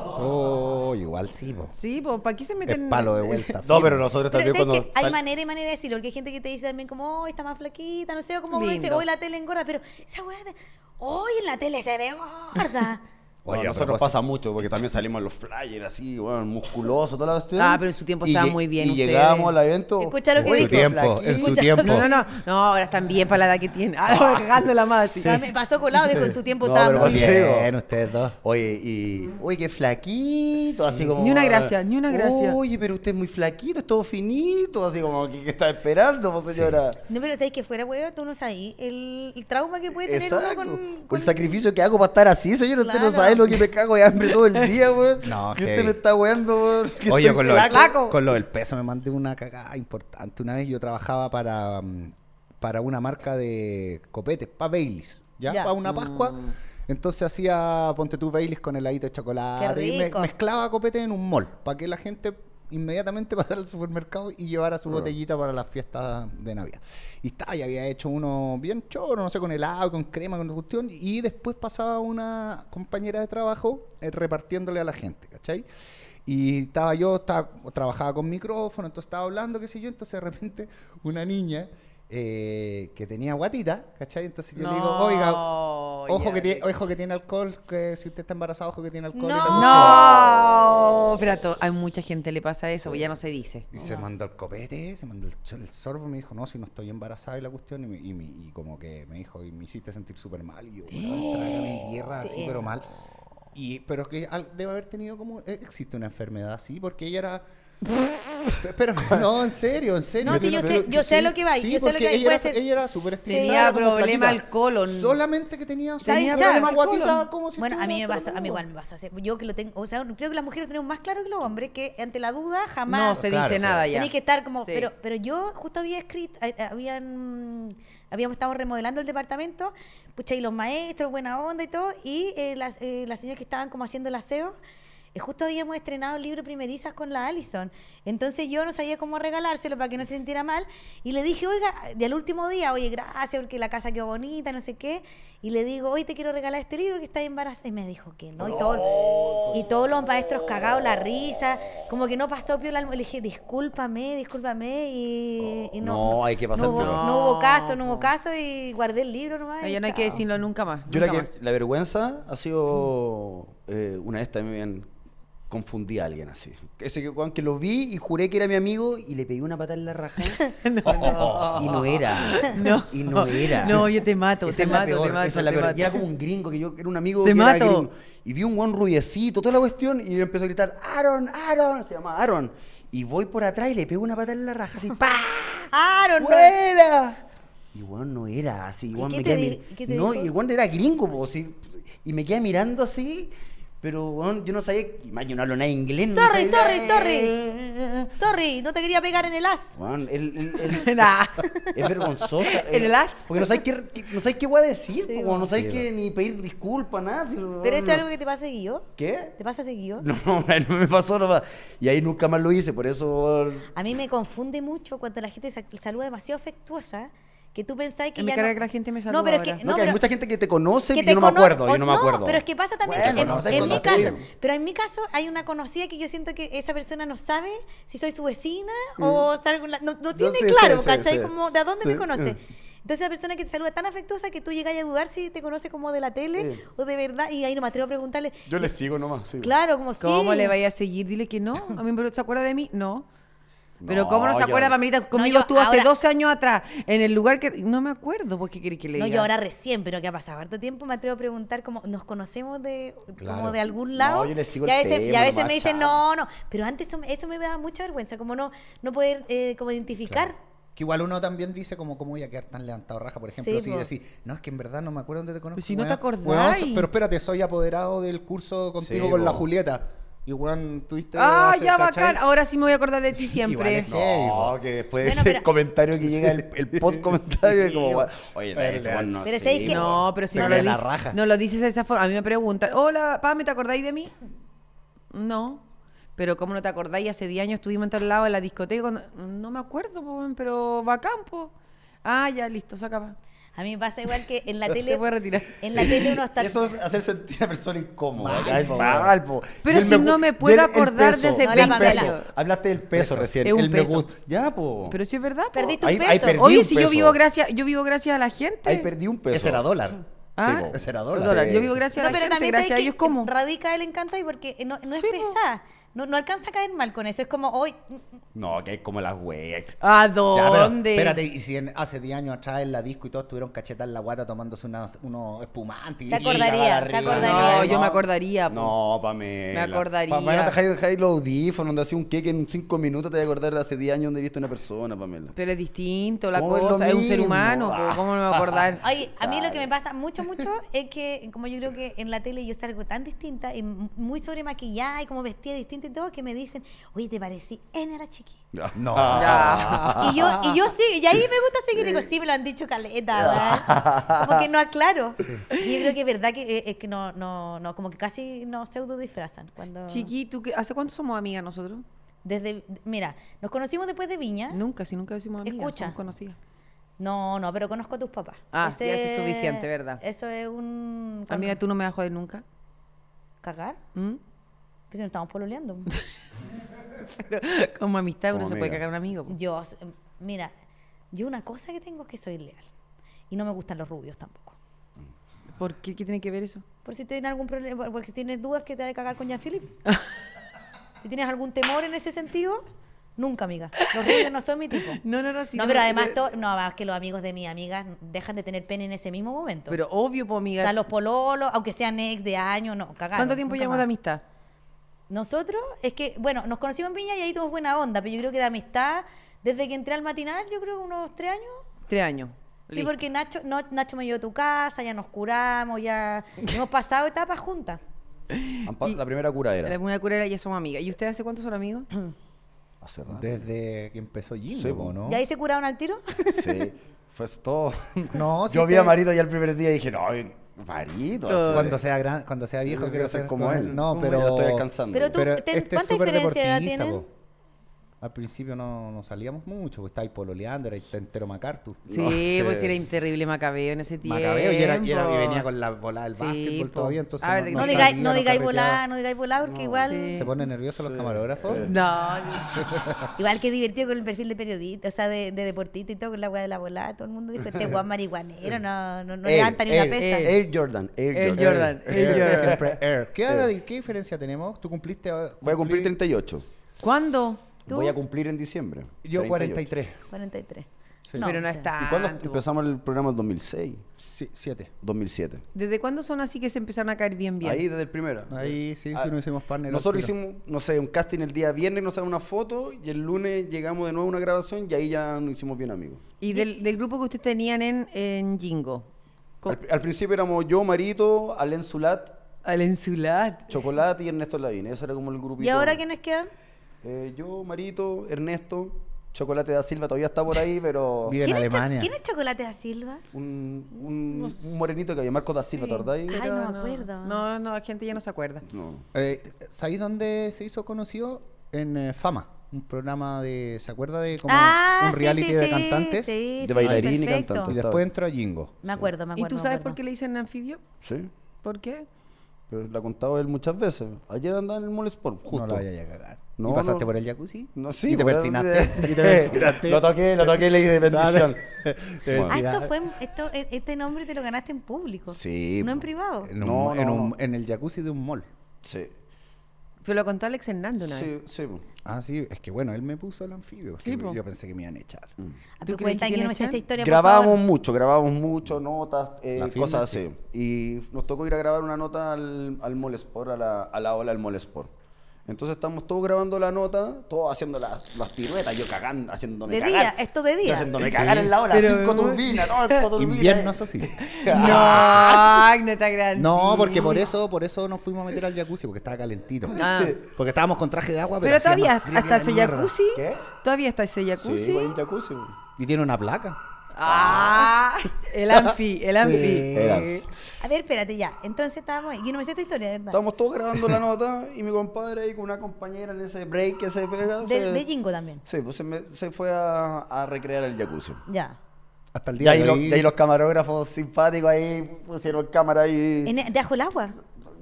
S3: Oh, igual sí, po.
S1: Sí, pues, ¿para qué se
S3: Es
S1: meten?
S3: palo de vuelta.
S4: No,
S3: sí,
S4: pero
S3: po.
S2: Pero
S4: nosotros también
S2: ¿sabes
S4: cuando.
S2: qué? hay
S4: sal-
S2: manera y manera de decirlo, porque hay gente que te dice también como, oh, está más flaquita, no sé, o como uno dice,
S1: Lindo.
S2: hoy la tele engorda, pero esa weá de, hoy en la tele se ve gorda.
S4: No,
S3: Oye, a
S4: nosotros
S3: propósito.
S4: pasa mucho porque también salimos en los flyers así, bueno, musculosos, toda la cuestión.
S1: Ah, pero en su tiempo
S4: Y
S1: estaban
S4: lle-
S1: muy bien eh.
S4: Y
S1: ustedes.
S4: llegamos al evento.
S2: Escucha lo que
S3: En su
S2: dijo.
S3: tiempo, en su
S2: Escucha-
S3: tiempo.
S1: No, no, no. No, ahora están bien para la edad que tienen. Ah, Ahora cagándola más.
S2: O
S1: Sí.
S2: sea, me pasó colado, dejó en su tiempo
S4: No,
S2: tanto.
S4: pero pasa-
S3: Bien, ustedes dos.
S4: Oye, y. Oye, qué flaquito, así como.
S1: Ni una gracia, ni una gracia.
S4: Oye, pero usted es muy flaquito, es todo finito, así como, ¿qué, qué está esperando, pues, señora?
S2: No, pero sabes que fuera huevo, tú no sabes el, el trauma que puede tener uno
S4: Exacto. Pues
S2: con,
S4: Con,
S2: con-
S4: el sacrificio que hago para estar así, señor. Usted
S2: Claro.
S4: no sabe lo que me cago de hambre todo el día, weón.
S3: No,
S4: que
S3: heavy.
S4: usted me está weando, weón. que
S3: Oye,
S4: estoy
S3: con lo, del,
S1: flaco.
S3: con lo del peso me mandé una cagada importante. Una vez yo trabajaba para, mm, para una marca de copetes, para Baileys, ¿ya?
S1: Ya.
S3: Para una Pascua. Entonces hacía, ponte tú Baileys con heladito de chocolate.
S2: Qué
S3: Y me-
S2: rico.
S3: mezclaba copetes en un mall, para que la gente inmediatamente pasara al supermercado y llevara su botellita para las fiestas de Navidad. Y estaba, y había hecho uno bien choro, no sé, con helado, con crema, con cuestión. Y después pasaba una compañera de trabajo eh, repartiéndole a la gente, ¿cachai? Y estaba yo, estaba, trabajaba con micrófono, entonces estaba hablando, qué sé yo, entonces de repente una niña eh, que tenía guatita, ¿cachai? Entonces yo le digo, oiga, ojo que, tiene, ojo que tiene alcohol, que si usted está embarazado, ojo que tiene alcohol. en
S2: No.
S3: la cuestión".
S1: No, pero a to- a mucha gente le pasa eso, ya no se dice.
S3: Y se mandó el copete, se mandó el, cho- el sorbo, me dijo, no, si no estoy embarazada y la cuestión, y, me- y me- y como que me dijo, y me hiciste sentir súper mal, y yo, bueno, trágame tierra, así,
S2: Sí.
S3: pero mal. Y, pero es que al- debe haber tenido como, eh, existe una enfermedad así, porque ella era... Pero no, en serio, en serio.
S2: No, sí, yo sé- yo sé lo que va,
S3: Sí,
S2: yo sé lo
S3: porque
S2: que va,
S3: ella,
S2: puede
S3: era,
S2: ser-
S3: ella era súper estresada.
S1: Tenía
S3: era como
S1: problema
S3: flaquita.
S1: al colon.
S3: Solamente que tenía, su-
S2: ¿Sabes?
S3: problema
S1: Ya,
S3: guatita,
S1: colon.
S3: como si
S2: Bueno, a mí me
S3: estuviera
S2: pasó, a mí
S3: todo
S2: igual
S3: el
S2: me pasó. así, Yo que lo tengo, o sea, creo que las mujeres tenemos más claro que los hombres, que ante la duda jamás...
S1: No se
S3: Claro,
S1: dice
S3: sí.
S1: nada ya.
S2: Tenía que estar como,
S1: Sí.
S2: pero, pero yo justo había escrito, eh, eh, habían, habíamos estado remodelando el departamento, pucha, y los maestros, buena onda y todo, y eh, las, eh, las señoras que estaban como haciendo el aseo, eh, justo habíamos estrenado el libro Primerizas con la Allison, entonces yo no sabía cómo regalárselo para que no se sintiera mal, y le dije, oiga, del último día, oye, gracias porque la casa quedó bonita, no sé qué, y le digo, hoy te quiero regalar este libro que está embarazada, y me dijo que no, y todo, y todos los maestros cagados, la risa, como que no pasó piola, al- le dije, discúlpame, discúlpame, y, y no,
S4: No, hay que pasar
S2: no hubo,
S4: piola.
S2: no hubo caso, no hubo caso, y guardé el libro nomás.
S1: No,
S2: y
S1: ya no hay
S2: chao.
S1: que decirlo nunca más.
S4: Yo la,
S1: nunca
S4: que-
S1: más.
S4: la vergüenza ha sido eh, una vez también me habían confundí a alguien así. Ese que, weón, que lo vi y juré que era mi amigo y le pegué una patada en la raja. Y no era. Y no era.
S1: No, yo te mato,
S4: Esa
S1: te
S4: es la
S1: mato,
S4: peor,
S1: te mato.
S4: esa es la
S1: te
S4: peor.
S1: mato.
S4: Y era como un gringo que yo era un amigo
S1: Te
S4: que
S1: mato.
S4: era gringo. Y vi un buen rubiecito, toda la cuestión, y él empezó a gritar, Aaron, Aaron, se llama Aaron. Y voy por atrás y le pego una patada en la raja así, ¡pa!
S2: Ah, ¡Aaron! no-
S4: ¡Fuera! Y weón no era así, weón
S2: qué
S4: me
S2: te
S4: quedé
S2: di-
S4: mir-
S2: qué te
S4: No,
S2: dijo?
S4: y el weón era gringo, po, sí, y me quedé mirando así, pero weón, yo no sabía, y más yo no hablo nada inglés. no
S2: Sorry,
S4: sabía-
S2: sorry, sorry. Sorry, no te quería pegar en el as.
S4: Weón, el- el- el-
S1: Nah.
S4: es vergonzoso.
S1: En el as.
S4: Porque no sabes qué, qué- no sabes qué voy a decir,
S2: Sí,
S4: po,
S2: weón.
S4: no sabes
S3: Sí,
S4: qué, ni pedir disculpas, nada. si-
S2: Pero eso
S4: no.
S2: es algo que te pasa seguido.
S4: ¿Qué?
S2: ¿Te pasa seguido?
S4: No, no, no me pasó nada. Y ahí nunca más lo hice, por eso... weón,
S2: A mí me confunde mucho cuando la gente sa- saluda demasiado afectuosa, que tú pensáis que
S1: Me
S2: ya
S1: carga
S2: no-
S1: que la gente me
S2: No,
S1: saluda
S2: pero es que,
S1: ahora.
S2: no,
S5: No, que
S2: pero-
S5: hay mucha gente que te conoce
S2: que
S5: y
S2: te
S5: yo no me
S2: conoce-
S5: acuerdo, yo
S2: o
S5: no me acuerdo.
S2: pero es que pasa también,
S5: Bueno,
S2: en,
S5: no sé,
S2: en mi
S5: conocido.
S2: caso, pero en mi caso hay una conocida que yo siento que esa persona no sabe si soy su vecina o salgo en la- no, no tiene
S4: Mm. sí,
S2: claro,
S4: sí, sí,
S2: ¿cachai?
S4: sí.
S2: Como de a dónde me
S4: Sí,
S2: conoce.
S4: mm.
S2: Entonces la persona que te saluda tan afectuosa que tú llegas a dudar si te conoce como de la tele o de verdad y ahí no me atrevo a preguntarle.
S4: Yo le sigo nomás, sí.
S2: Claro, como
S1: ¿Cómo
S2: sí.
S1: le vaya a seguir? Dile que no. ¿A mí pero se acuerda de mí? No. Pero
S4: No,
S1: ¿cómo no se
S4: yo-
S1: acuerda, Pamelita? Conmigo
S2: yo
S1: estuvo hace
S2: ahora-
S1: 12 años atrás, en el lugar que... No me acuerdo, pues, ¿qué querés que le
S2: No,
S1: diga?
S2: yo ahora recién, pero que ha pasado harto tiempo, me atrevo a preguntar como, ¿nos conocemos de, como
S5: Claro.
S2: de algún lado?
S5: No, yo le sigo
S2: y a
S5: el
S2: veces, y a
S5: tema
S2: veces
S5: nomás,
S2: me dicen, no,
S5: chao.
S2: no. Pero antes eso, eso me daba mucha vergüenza, como no, no poder eh, como identificar.
S3: Que igual uno también dice como cómo voy a quedar tan levantado raja, por ejemplo,
S2: Sí,
S3: si
S2: po.
S3: decís, no, es que en verdad no me acuerdo dónde te conozco.
S1: Pues si no te
S3: weón.
S1: acordás.
S3: Weón, so- pero espérate, soy apoderado del curso contigo
S4: Sí,
S3: con la
S4: po.
S3: Julieta. Y weón, tuviste...
S1: Ah,
S3: hace-
S1: ya,
S3: ¿cachai?
S1: bacán. Ahora sí me voy a acordar de ti siempre.
S3: es-
S4: No, que después de
S2: Bueno,
S4: ese
S2: pero-
S4: comentario que llega, el, el post comentario, es como,
S3: Sí.
S4: oye, ese weón no
S2: Pero
S4: sé,
S2: ¿sabes qué?
S4: weón.
S1: No, pero si
S3: Me
S1: no lo,
S3: cae la
S1: dices,
S3: raja.
S1: no lo dices de esa forma. A mí me preguntan, hola, Pame, ¿te acordáis de mí? No. Pero ¿cómo no te acordáis? Hace 10 años estuvimos en tal lado de la discoteca. cuando- No me acuerdo, po, weón, pero va a campo. Ah, ya, listo, se acaba.
S2: A mí me pasa igual que en la tele.
S1: Se puede retirar.
S2: En la tele uno está.
S4: Y eso es hacer sentir a la persona incómoda.
S3: Mal,
S4: ya es
S3: po,
S4: mal, po.
S1: Pero
S4: Y el
S1: si
S4: me
S1: no
S4: gu-
S1: me
S4: y el-
S1: puedo
S4: el
S1: acordar de
S4: peso,
S1: ese
S4: el
S2: Pamela.
S4: peso. Hablaste del peso
S3: Peso.
S4: recién.
S1: Es un
S4: el me
S1: peso.
S4: gusta. Ya, po.
S1: Pero sí es verdad. po.
S2: Perdiste
S4: Ahí-
S2: un
S4: ahí
S2: peso.
S4: perdí.
S1: Oye,
S4: un
S1: si yo
S4: peso.
S1: vivo gracias, yo vivo gracias a la gente.
S4: Ahí perdí un peso.
S3: Ese era dólar.
S1: Ah,
S4: po.
S3: Ese era
S1: Los
S3: dólar.
S1: dólares.
S4: Sí.
S1: Yo vivo gracias
S2: No,
S1: a la
S2: pero
S1: gente,
S2: también sabes
S1: gracias a
S2: que
S1: ellos como.
S2: radica el encanto ahí porque no, no es
S1: Sí, po.
S2: pesada. No, no alcanza a caer mal con eso. Es como hoy.
S4: No, que es como las weas.
S1: ¿A
S3: Ya, pero
S1: dónde?
S3: espérate, y si en- hace 10 años atrás en la disco y todos tuvieron cachetas en la guata tomándose unas- unos espumantes. y-
S2: Se acordaría,
S4: la
S2: se
S4: barriga.
S2: acordaría.
S1: No, yo me acordaría. Ah, po.
S4: No, Pamela.
S1: Me acordaría.
S4: Pamela, te dejáis los audífonos, donde hacía un queque en cinco minutos, te voy a acordar de hace 10 años donde viste a una persona, Pamela.
S1: Pero es distinto la
S4: No, es lo
S1: cosa, es un ser
S4: mismo. Ah.
S1: humano, po, ¿cómo no me voy a acordar?
S2: Oye, a mí lo que me pasa mucho, mucho es que, como yo creo que en la tele yo salgo tan distinta, y m- muy sobremaquillada y como vestida distinta y todo, que me dicen, oye, te parecí en a la chiqui.
S1: Ya.
S3: No.
S4: Ah.
S2: Y yo, y yo sí, y ahí me gusta seguir, digo, sí, me lo han dicho caleta, ¿verdad? Como que no aclaro. Y yo creo que es verdad que eh, es que no, no, no, como que casi nos pseudo disfrazan. Cuando...
S1: Chiqui, ¿tú qué- ¿hace cuánto somos amigas nosotros?
S2: Desde, mira, nos conocimos después de Viña.
S1: Nunca, si nunca decimos amigas,
S2: Escucha.
S1: somos conocidas.
S2: No, no, pero conozco a tus papás.
S1: Ah, sí, ese es suficiente, ¿verdad?
S2: Eso es un...
S1: Amiga, tú no me vas a joder nunca.
S2: ¿Cagar?
S1: ¿Mm?
S2: Pues si no estamos pololeando.
S1: Pero como amistad uno
S4: Como
S1: se puede
S4: amiga.
S1: cagar a un amigo. po.
S2: Yo, s- mira, yo una cosa que tengo es que soy leal. Y no me gustan los rubios tampoco.
S1: ¿Por qué? ¿Qué tiene que ver eso?
S2: Por si tienes algún problema, porque si tienes dudas que te va a cagar con Jean-Philippe. si tienes algún temor en ese sentido, nunca, amiga. Los rubios no son mi tipo.
S1: No, no, eh, no. si
S2: no, pero además,
S1: yo-
S2: to- no, además que los amigos de mis amigas dejan de tener pene en ese mismo momento.
S1: Pero obvio, po,
S2: o
S1: amiga.
S2: sea, los pololos, aunque sean ex de año, no, cagaron.
S1: ¿Cuánto tiempo
S2: nunca
S1: llevamos de
S2: más.
S1: amistad?
S2: Nosotros, es que, bueno, nos conocimos en Viña y ahí tuvimos buena onda, pero yo creo que de amistad, desde que entré al matinal, yo creo unos tres años,
S1: Tres años.
S2: Sí,
S1: Listo.
S2: porque Nacho, no, Nacho me llevó a tu casa, ya nos curamos, ya hemos pasado etapas juntas.
S4: Han pa- La primera cura
S1: La
S4: era.
S1: Una curera ya somos amigas. ¿Y ustedes hace cuánto son amigos?
S4: Hace rato.
S3: Desde que empezó Jimmy,
S4: Sí,
S3: po,
S4: po.
S3: ¿no?
S2: ¿Y ahí se curaron al tiro?
S4: Sí. Fue todo.
S3: No, sí
S4: Yo vi
S3: te-
S4: a Marido ya el primer día y dije, no, marido.
S1: Todo.
S3: Cuando sea, gran, cuando sea viejo,
S4: Yo
S3: quiero ser como él.
S4: Como
S3: No, pero.
S4: yo lo estoy alcanzando.
S2: Pero tú, ten- ¿cuánta
S3: súper
S2: diferencia de edad
S3: deportista,
S2: tienen?
S3: po. Al principio no, no salíamos mucho, pues estáis pololeando, era entero MacArthur.
S1: Sí,
S4: sí.
S1: pues era terrible Macabeo en ese tiempo.
S3: Macabeo, y, era, y, era- y venía con la bola del
S1: Sí,
S3: básquetbol
S1: po.
S3: todavía, entonces.
S1: A ver,
S2: No,
S1: No
S2: digáis,
S3: salía,
S2: no digáis
S3: carreteaba.
S2: volá, no digáis volá, porque igual,
S1: sí.
S3: Se ponen nerviosos los camarógrafos.
S1: No, sí.
S2: igual que divertido con el perfil de periodista, o sea, de, de deportista y todo, con la weá de la volá, todo el mundo dijo, este guan marihuanero, no, no, no
S4: Air,
S2: levanta ni una
S4: Air,
S2: pesa.
S4: Air, Air Jordan. Air
S1: El
S4: Jordan.
S1: Jordan.
S3: Air,
S1: el Jordan.
S3: siempre Air. ¿Qué, edad- ¿Qué diferencia tenemos? ¿Tú cumpliste?
S4: Voy a cumplir 38.
S1: ¿Cuándo?
S2: ¿Tú?
S4: Voy a cumplir en diciembre.
S3: Yo
S4: 38.
S3: 43.
S2: 43.
S1: pero no
S2: o sea,
S1: está.
S4: ¿Y cuándo empezamos el programa? ¿El 2006?
S3: Sí, 7.
S4: 2007.
S1: ¿Desde cuándo son así que se empezaron a caer bien bien?
S4: Ahí desde el primero.
S3: Ahí sí,
S4: Ah,
S3: sí, no hicimos partner. al
S4: Nosotros
S3: tiro.
S4: hicimos, no sé, un casting el día viernes, nos sacaron una foto y el lunes llegamos de nuevo a una grabación y ahí ya nos hicimos bien amigos.
S1: Y del, del grupo que ustedes tenían en, en Jingo. Co-
S4: Al, al principio éramos yo, Marito, Alen Zulat,
S1: Al Ensulat.
S4: Chocolate y Ernesto Lavín. Eso era como el grupito.
S2: ¿Y ahora quiénes quedan?
S4: Eh, yo, Marito, Ernesto, Chocolate da Silva todavía está por ahí, pero
S3: Vive en
S2: ¿Quién es Cho-
S3: Alemania.
S2: ¿Quién es Chocolate da Silva?
S4: un, un, un morenito que había, Marco da Silva, ¿te acordáis?
S2: Ay,
S1: Pero
S2: no me acuerdo.
S1: No, no, la gente ya no se acuerda.
S4: No.
S3: Eh, ¿Sabéis dónde se hizo conocido? En eh, Fama. un programa de, ¿se acuerda de como
S2: ah,
S3: un
S2: sí,
S3: reality
S2: sí,
S3: de
S2: sí,
S3: cantantes?
S2: sí,
S4: De
S2: sí,
S4: bailarín y
S2: perfecto.
S4: cantante.
S3: Y después entró Jingo.
S2: Me acuerdo,
S1: ¿Y
S2: me acuerdo.
S1: tú
S2: me
S1: sabes
S2: acuerdo.
S1: por qué le dicen anfibio?
S4: Sí,
S1: ¿Por qué?
S4: pero la ha contado él muchas veces. Ayer andaba en el Mall Sport,
S3: No
S4: justo.
S3: la vaya a cagar.
S4: No,
S3: ¿Y pasaste
S4: no.
S3: por el jacuzzi?
S4: No, sí,
S3: Y te
S4: pues,
S3: persinaste.
S4: sí.
S3: Y te persinaste.
S4: Lo toqué, lo toqué, le dije bendición.
S3: Bueno.
S2: Ah,
S3: Sí,
S2: esto
S3: da-
S2: fue, en- esto, e- este nombre te lo ganaste en público.
S4: Sí,
S2: No en
S4: po.
S2: privado.
S3: En, un-
S4: No,
S3: en
S4: no,
S3: un-
S4: no.
S3: en el jacuzzi de un mall.
S4: Sí.
S1: Pero lo contó Alex Hernández una vez.
S4: Sí, sí. po.
S3: Ah, sí, es que bueno, él me puso el anfibio.
S1: Sí,
S3: que
S1: po.
S3: yo pensé que me iban a echar.
S4: Mm.
S2: Ah,
S1: ¿Tú
S2: pero
S1: crees
S2: cuenta
S1: que
S2: que
S1: quién
S2: no me sé
S1: echan?
S2: esta historia, por
S4: Grabábamos
S2: favor.
S4: mucho, grabábamos mucho, notas, eh,
S3: La firma,
S4: cosas así. Y nos tocó ir a grabar una nota al, al Mall Sport, a la, a la ola del Mall Sport. Entonces estamos todos grabando la nota, todos haciendo las, las piruetas, yo cagando, haciéndome
S2: De
S4: cagar.
S2: día, esto de
S4: Yo
S2: día.
S4: haciéndome
S3: Sí.
S4: cagar en la ola,
S1: Pero-
S4: cinco turbinas, no, cinco turbinas.
S3: Invierno,
S4: eh.
S3: eso sí.
S1: No, ay, no está grande.
S3: No, porque por eso, por eso nos fuimos a meter al jacuzzi, porque estaba calentito.
S1: Ah.
S3: Porque estábamos con traje de agua, pero.
S1: Pero
S3: hacía
S1: todavía
S3: más frío que
S1: hasta
S3: la
S1: ese
S3: mierda.
S1: jacuzzi.
S4: ¿Qué?
S1: Todavía está ese
S4: Sí,
S1: jacuzzi.
S4: güey, un jacuzzi. güey.
S3: Y tiene una placa.
S1: ah, el anfi, el anfi.
S4: Era.
S2: A ver, espérate ya. Entonces estábamos ahí. Yo no me sé esta historia, de ¿verdad?
S4: Estábamos todos grabando la nota y mi compadre ahí con una compañera en ese break que se pega. se-
S2: de, de Jingo también.
S4: Sí, pues se, me- se fue a, a recrear el jacuzzi.
S2: Ya.
S3: Hasta el
S4: Y
S3: día
S4: ahí,
S3: de
S4: los,
S3: hoy.
S4: y ahí los camarógrafos simpáticos ahí pusieron cámara ahí.
S2: En- ¿Debajo el agua?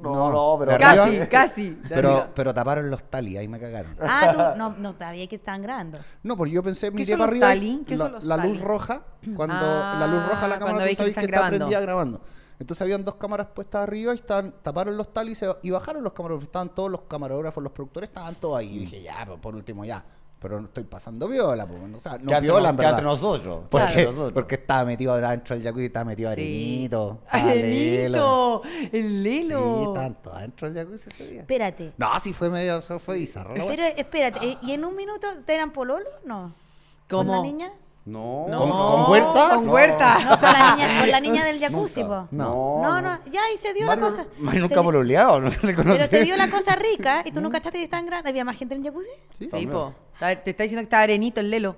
S4: No, no, pero.
S3: de
S1: Casi,
S3: arriba.
S1: casi.
S3: Pero, pero taparon los tali, ahí me cagaron.
S2: Ah, tú. No, no sabía que estaban grabando.
S3: No, porque yo pensé,
S1: ¿Qué
S3: miré
S1: son
S3: para
S1: los
S3: arriba.
S1: tali? ¿Qué
S3: la,
S1: son los
S3: la luz
S1: tali?
S3: roja, cuando
S1: Ah,
S3: la luz roja la
S1: cuando
S3: cámara, tú
S1: veis que
S3: sabéis que,
S1: están
S3: está
S1: grabando.
S3: prendida grabando. Entonces habían dos cámaras puestas arriba y estaban, taparon los tali y, se- y bajaron los camarógrafos. Estaban todos los camarógrafos, los productores, estaban todos ahí. Y dije, ya, pues, por último, ya. Pero no estoy pasando viola, pues. O sea, no
S5: Quédate
S3: viola,
S5: nos-
S3: en verdad.
S5: quédate nosotros,
S3: ¿Por
S5: quédate
S3: qué?
S5: nosotros.
S3: Porque estaba metido adentro del jacuzzi, estaba metido
S1: Sí.
S3: arenito. estaba
S1: Arenito,
S3: lelo.
S1: el
S3: Sí,
S1: lelo.
S3: tanto adentro del jacuzzi ese día.
S2: Espérate.
S3: No, sí fue medio, o sea, fue bizarro. la wea.
S2: Pero espérate. eh, ¿Y en un minuto ustedes eran pololo? No. ¿Con
S1: ¿Cómo?
S2: la niña?
S4: No.
S1: No,
S4: ¿Con-
S5: con huerta?
S1: Con huerta.
S2: No, con la niña, con la niña del jacuzzi, po.
S3: No.
S2: No, no, ya, y se dio
S4: Mari-
S2: la cosa.
S5: Mari
S2: Se
S5: nunca
S2: di-
S5: pololeado, no le conocí.
S2: Pero se dio la cosa rica y tú nunca echaste que estaban grandes. ¿Había más gente en el jacuzzi?
S1: Sí, po. Está- Te está diciendo que está arenito el lelo.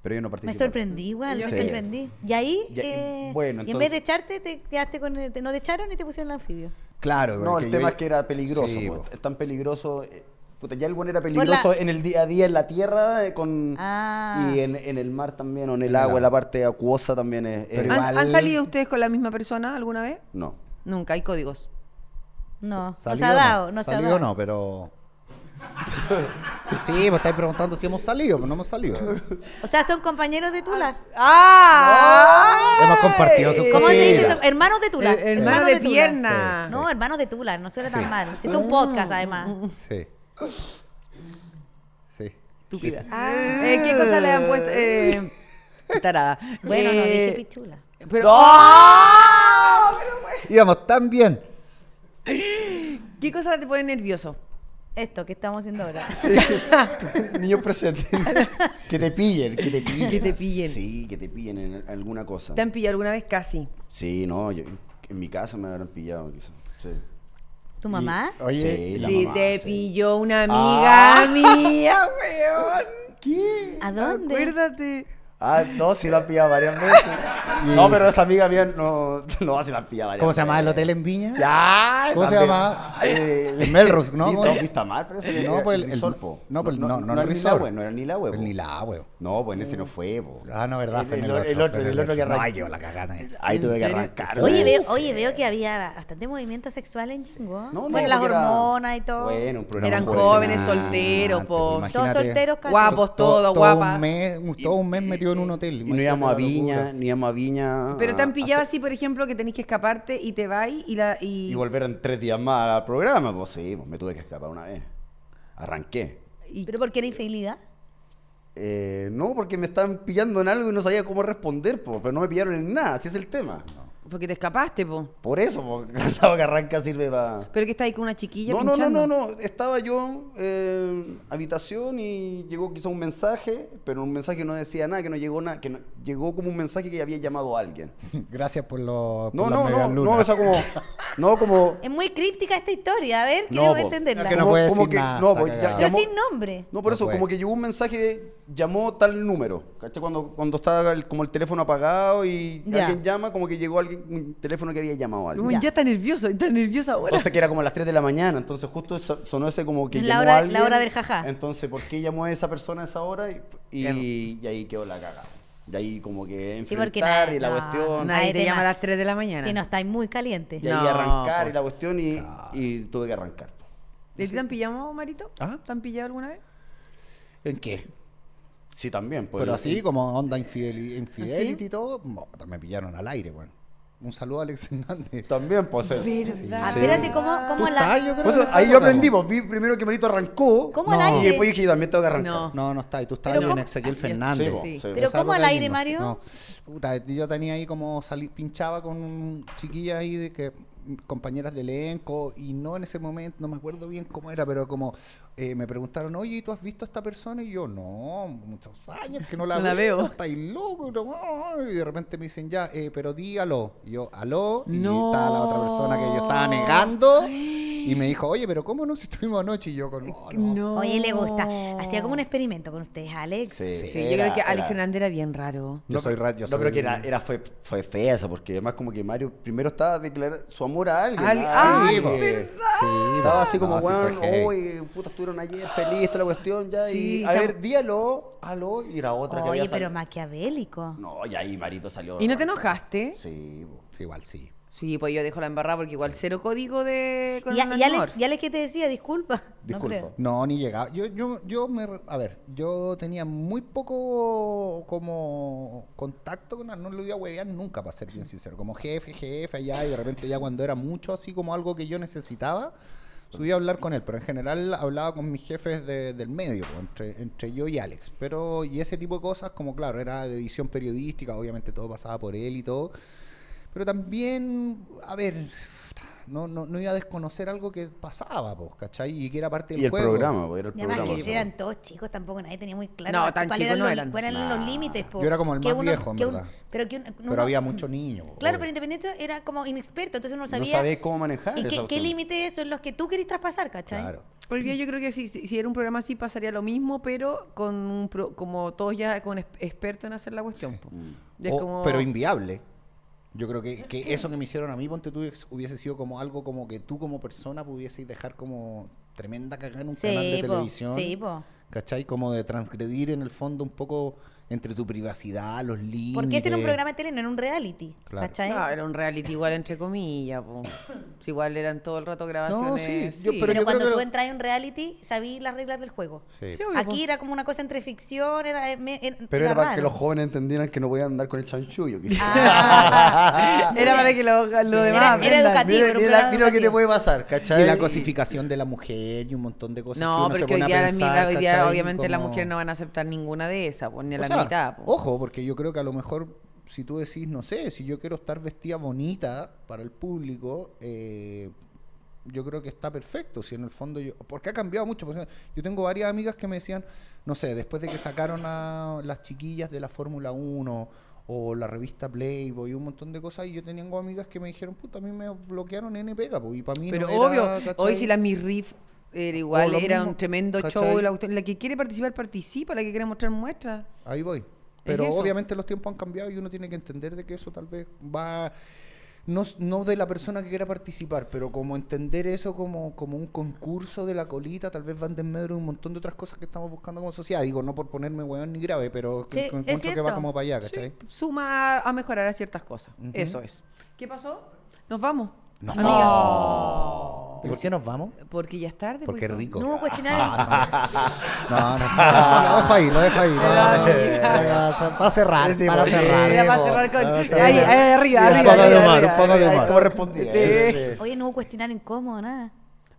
S4: Pero yo no
S2: Me
S4: participé.
S2: sorprendí, igual, me
S4: Sí.
S2: sorprendí. Y ahí,
S4: Ya, y
S2: eh,
S4: bueno,
S2: y en vez
S4: entonces-
S2: de echarte, te quedaste con el, te- no te echaron y te pusieron el anfibio.
S3: Claro,
S4: No,
S3: porque
S4: el
S3: yo-
S4: tema es que era peligroso.
S3: Sí,
S4: pues,
S3: po.
S4: Es tan peligroso. eh, Puta, ya el buen era peligroso
S2: la-
S4: en el día a día en la tierra eh, con
S2: Ah.
S4: y en, en el mar también, o en el
S3: el
S4: agua,
S3: agua.
S4: en la parte acuosa también es. es-
S3: Pero
S1: ¿Han,
S3: igual-
S1: han salido ustedes con la misma persona alguna vez?
S4: No.
S1: Nunca, hay códigos.
S2: No, no se
S3: ¿Salido
S2: ha
S3: o
S2: dado, no, se ha
S3: ¿Salido
S2: dado.
S3: o no, pero. sí, me estáis preguntando si hemos salido, pero no hemos salido.
S2: O sea, son compañeros de Tula.
S1: ¡Ah!
S3: Hemos compartido sus
S2: ¿Cómo se dice
S3: mira.
S2: eso? Hermanos de Tula.
S1: Eh, hermano de
S2: Tula.
S1: pierna. Mm.
S2: No, hermanos de Tula, no suena tan
S3: Sí.
S2: mal. Hiciste un podcast, además.
S3: Sí. Sí.
S1: Estúpida. Eh, ¿Qué cosa le han puesto? Eh, tarada.
S2: Bueno, no,
S1: Eh,
S2: dije pichula.
S1: Pero, oh, ¡Ah! Pero bueno.
S3: Íbamos tan bien.
S1: ¿Qué cosa te pone nervioso?
S2: Esto que estamos haciendo ahora.
S4: Niños presentes.
S5: Que te pillen, que te pillen.
S1: Que te pillen.
S4: Sí, que te pillen en alguna cosa.
S1: ¿Te han pillado alguna vez casi?
S4: Sí, no, yo- en mi casa me habrán pillado quizás. Sí.
S2: ¿Tu mamá?
S3: Y- oye,
S4: Sí,
S3: y-
S4: la
S1: Sí,
S4: mamá,
S1: te
S4: sí.
S1: pilló una amiga
S4: Ah.
S1: mía, weón.
S2: ¿A dónde?
S1: Acuérdate.
S4: Ah, no, sí la han pillado varias veces. No, pero esa amiga mía no, no sí la han pillado varias
S3: ¿Cómo se llama el
S4: veces.
S3: hotel en Viña?
S4: Ya,
S3: ¿Cómo se
S4: también.
S3: llama?
S4: Eh,
S3: El Melrose, ¿no?
S4: Vista-
S3: ¿Cómo se-
S4: Vista Mar, parece que
S3: No,
S4: era
S3: pues el, el-
S4: Resort, po.
S3: no, pues no, no,
S4: no
S3: el
S4: era ni la
S3: resort.
S4: hue, no era ni la hue,
S3: El
S4: po.
S3: ni la hue.
S4: No, pues en ese no fue, po.
S3: Ah, no, verdad. fue
S4: El,
S3: en
S4: el, el otro,
S3: fue en
S4: el otro que
S3: No, ay,
S4: arrancó.
S3: quedó la cagada. eh.
S4: Ahí
S1: ¿En
S4: tuve que
S1: serio?
S4: arrancar.
S2: Oye,
S4: po.
S2: veo, oye, veo que había bastante movimiento sexual en Jingo.
S4: No, no,
S2: bueno, las
S4: porque era-
S2: hormonas y todo.
S4: Bueno, un programa
S1: Eran
S4: juvenil.
S1: jóvenes, solteros, po.
S3: Imagínate.
S2: Todos solteros casi.
S1: Guapos. Pues todo,
S3: todo
S1: guapa.
S3: Un mes, un- todo un mes metido en un hotel.
S4: Y no íbamos a
S3: imagínate la
S4: Viña,
S3: locura.
S4: ni íbamos a Viña.
S1: Pero te han
S4: a-
S1: pillado
S4: a-
S1: así, por ejemplo, que tenés que escaparte y te vas y la. Y,
S4: Y volver en tres días más al programa, pues sí, pues me tuve que escapar una vez. Arranqué.
S1: y-
S2: ¿Pero porque era infidelidad?
S4: Eh, no, porque me estaban pillando en algo y no sabía cómo responder, po, pero no me pillaron en nada, así es el tema.
S1: porque te escapaste, po.
S4: Por eso, porque la que arranca sirve para...
S1: Pero que está ahí con una chiquilla.
S4: No, no, no,
S1: pinchando.
S4: no, no, estaba yo eh, habitación y llegó quizá un mensaje, pero un mensaje que no decía nada, que no llegó nada, que no- llegó como un mensaje que había llamado a alguien.
S3: Gracias por los.
S4: No,
S3: por
S4: no,
S3: las
S4: no,
S3: medialunas.
S4: no, o sea, como, no, como,
S2: Es muy críptica esta historia, a ver,
S4: No,
S2: quiero
S4: po.
S2: entenderla.
S3: Es que no
S4: como-
S3: puede
S4: como
S3: decir nada,
S4: no,
S3: está
S4: pues, ya-
S3: cagado.
S2: Pero
S4: llamó-
S2: sin nombre.
S4: No, por
S3: No
S4: eso,
S3: puede.
S4: como que llegó un mensaje de llamó tal número. ¿Cachai? Cuando, cuando estaba el- como el teléfono apagado y
S2: Ya.
S4: alguien llama, como que llegó al- alguien, un teléfono que había llamado a alguien.
S1: Uy,
S2: Ya.
S1: ya está nervioso, está nerviosa ahora.
S4: Entonces que era como las 3 de la mañana, entonces justo so- sonó ese como que
S2: La
S4: llamó
S2: hora-
S4: a alguien.
S2: la hora del jajá.
S4: Entonces, ¿por qué llamó a esa persona a esa hora? Y, y- y ahí quedó la caga. Y ahí como que
S2: Sí, porque
S4: enfrentar
S2: nada,
S4: y la
S2: no,
S4: cuestión.
S2: nada.
S1: Nadie
S2: Ahí
S1: te
S2: te
S1: llama a
S2: ma-
S1: las 3 de la mañana.
S2: Si no, estáis muy caliente.
S4: Y ahí
S1: No,
S4: arrancar
S1: po.
S4: y la cuestión y, y tuve que arrancar. po.
S1: ¿De ti te han pillado, Marito?
S3: ¿Ah?
S1: ¿Te han pillado alguna vez?
S3: ¿En qué?
S4: Sí, también. pues,
S3: Pero
S4: el-
S3: así,
S4: el-
S3: como onda infideli-
S1: ¿Ah,
S3: infidelity y todo, mo, me pillaron al aire, bueno. Un saludo a Alex Hernández.
S4: También, pues. o sea,
S1: ¿Verdad?
S2: Ah, espérate, ¿cómo,
S3: Tú
S2: cómo
S3: estás,
S2: la...?
S3: creo
S4: Por
S3: que
S4: eso,
S3: en esa
S4: ahí yo
S3: época,
S4: aprendí,
S3: po.
S4: pues, vi primero que Marito arrancó.
S2: ¿Cómo al
S4: y
S2: aire?
S4: después dije, yo también tengo que arrancar.
S1: No.
S3: No, no está. Y tú estabas
S1: Pero
S3: con
S1: ¿cómo?
S3: Ezequiel
S1: Sí,
S3: Fernández.
S4: sí, sí.
S3: Esa
S2: Pero
S3: época
S2: ¿cómo al
S3: de ahí
S2: aire,
S3: no-
S2: Mario?
S3: no. Puta, yo tenía ahí como salí, pinchaba con un chiquilla ahí de que compañeras de elenco y no en ese momento, no me acuerdo bien cómo era, pero como eh, me preguntaron, oye, ¿y ¿tú has visto a esta persona? Y yo, no, muchos años que no la,
S1: No la veo.
S3: Estáis loco. no". Y de repente me dicen, ya, eh, pero di aló. Y yo, aló. Y
S1: No.
S3: estaba la otra persona que yo estaba negando. Y me dijo, oye, pero ¿cómo no si estuvimos anoche? Y yo con, "Oh, no".
S2: Oye, le gusta. Hacía como un experimento con ustedes, Alex.
S4: Sí,
S1: Sí, yo creo
S4: era-
S1: que Alex
S4: era-
S1: Hernández era bien raro.
S3: Yo soy radio.
S4: No, pero que era, era fue, fue fea esa, porque además como que Mario primero estaba declarando su amor a alguien.
S1: Al-
S2: ah,
S1: Ah,
S4: a
S1: ¡Ay,
S4: alguien, que Estaba así como, weón,
S3: hoy.
S4: oye, puta, estuvieron ayer feliz, toda la cuestión, ya,
S1: Sí,
S4: y a
S1: tam-
S4: ver, díalo, aló, y era otra que
S2: Oye,
S4: había
S2: pero
S4: salido.
S2: maquiavélico.
S4: No, y ahí Marito salió.
S1: ¿Y no te enojaste?
S4: Sí, po.
S3: igual sí.
S1: Sí, pues yo dejo la embarrada porque igual cero código de con
S2: Y, a-
S1: el
S2: y
S1: humor.
S2: Alex, y Alex, ¿qué te decía? Disculpa. No
S4: Disculpa.
S2: creo.
S3: No, ni llegaba. Yo, yo, yo me, re- a ver, yo tenía muy poco como contacto con, no lo iba a huevear nunca, para ser bien sincero. Como jefe, jefe, allá, y de repente ya cuando era mucho, así como algo que yo necesitaba, subía a hablar con él. Pero en general hablaba con mis jefes de- del medio, pues, entre, entre yo y Alex. Pero, y ese tipo de cosas, como claro, era de edición periodística, obviamente todo pasaba por él y todo. Pero también, a ver, no, no, no iba a desconocer algo que pasaba, pues, ¿cachai? Y que era parte del
S4: Y el
S3: juego.
S4: programa, po, era el
S2: Y además
S4: programa.
S2: que
S4: po.
S2: eran todos chicos, tampoco nadie tenía muy claro
S1: No,
S2: cuál-
S1: tan
S2: cuál
S1: chicos
S2: eran
S1: no
S2: los,
S1: eran.
S2: cuáles eran los límites. po.
S3: Yo era como el
S2: Que
S3: más
S2: uno-
S3: viejo, en
S2: que uno-
S3: verdad.
S2: pero que uno-
S3: Pero
S2: uno-
S3: había muchos niños. po,
S2: Claro,
S3: obvio.
S2: pero independiente era como inexperto, entonces uno
S4: No
S2: sabía...
S4: sabía cómo manejar
S2: ¿Y
S4: esa
S2: qué, qué
S4: cuestión.
S2: límites son los que tú querés traspasar, cachai?
S3: Claro.
S1: Hoy día yo creo que si, si, si era un programa así pasaría lo mismo, pero con un pro- como todos ya con experto expertos en hacer la cuestión. po. Y es
S3: O-
S1: como-
S3: Mm. Oh, Pero inviable. Yo creo que, que eso que me hicieron a mí, ponte tú, es- hubiese sido como algo como que tú como persona pudieses dejar como tremenda cagada en un canal de
S2: po,
S3: televisión.
S2: Sí, po.
S3: ¿Cachai? Como de transgredir en el fondo un poco entre tu privacidad, los límites.
S2: Porque ese era un programa de tele, no era un reality,
S3: Claro.
S2: ¿cachai?
S1: No, era un reality igual entre comillas, po. Si igual eran todo el rato
S3: No,
S1: grabaciones.
S3: sí, yo-
S1: sí.
S3: pero
S2: Pero
S3: yo creo
S2: cuando
S3: que
S2: tú
S3: lo-
S2: entras en un reality, sabías las reglas del juego.
S3: Sí.
S1: Sí, obvio,
S2: Aquí
S1: po.
S2: era como una cosa entre ficción, era... eh, me-
S4: Pero era para
S2: raro.
S4: que los jóvenes entendieran que no podían andar con el chanchullo,
S1: Ah.
S4: quizás.
S2: Ah.
S1: era para que lo, lo
S2: Sí,
S1: demás
S2: era- era
S1: aprendan.
S2: educativo. era
S4: Mira,
S2: un
S4: mira
S2: programa
S4: la- Ah, mira lo que te
S2: educativo.
S4: puede pasar, ¿cachai?
S3: Y la cosificación de la mujer y un montón de cosas.
S1: No,
S3: que uno se
S1: porque hoy
S3: pone a
S1: día, la
S3: pensar,
S1: mitad- hoy día
S3: ¿cachai?
S1: obviamente las
S3: Como-
S1: mujeres no van a aceptar ninguna de esas, pues, ni a
S3: O
S1: la
S3: sea,
S1: mitad. po.
S3: Ojo, porque yo creo que a lo mejor si tú decís, no sé, si yo quiero estar vestida bonita para el público, eh, yo creo que está perfecto. Si en el fondo yo. Porque ha cambiado mucho. por ejemplo, yo tengo varias amigas que me decían, no sé, después de que sacaron a las chiquillas de la Fórmula 1 o la revista Playboy, un montón de cosas, y yo tenía amigas que me dijeron, puta, a mí me bloquearon N pega, po", y para mí
S1: Pero
S3: no era,
S1: obvio, hoy
S3: ¿cachai?
S1: si la Mirrif era igual,
S3: lo
S1: era
S3: mismo,
S1: un tremendo
S3: ¿cachai?
S1: show. La, cuestión- la que quiere participar, participa, la que quiere mostrar, muestra.
S3: Ahí voy. Pero
S1: eso.
S3: obviamente los tiempos han cambiado y uno tiene que entender de que eso tal vez va no, s- no de la persona que quiera participar, pero como entender eso como, como un concurso de la colita, tal vez van de en medio de un montón de otras cosas que estamos buscando como sociedad. Digo, no por ponerme hueón ni grave, pero que-
S2: Sí,
S3: que
S2: es
S3: encuentro que va
S2: cierto.
S3: como para allá, ¿cachai?
S1: Suma a mejorar a ciertas cosas. Eso es. ¿Qué pasó? Nos vamos.
S3: No.
S1: Amiga.
S3: ¿Y ¿Por qué nos vamos?
S1: Porque ya es tarde.
S3: Porque
S1: pues,
S3: es rico.
S2: No hubo cuestionario.
S3: Ah, No, no, no, lo dejo ahí, lo dejo ahí. no, no, no, Para cerrar,
S4: Sí,
S3: para
S4: sí,
S1: Era
S3: cerrar.
S1: para cerrar con.
S3: Vamos a
S1: Ahí,
S3: cerrar.
S1: ahí arriba,
S3: Un
S1: arriba.
S3: poco de
S1: arriba,
S3: humor,
S1: arriba,
S3: un poco de
S1: arriba.
S3: humor.
S4: ¿Cómo respondía?
S5: eh,
S1: Sí.
S2: Oye, no hubo cuestionario incómodo, nada.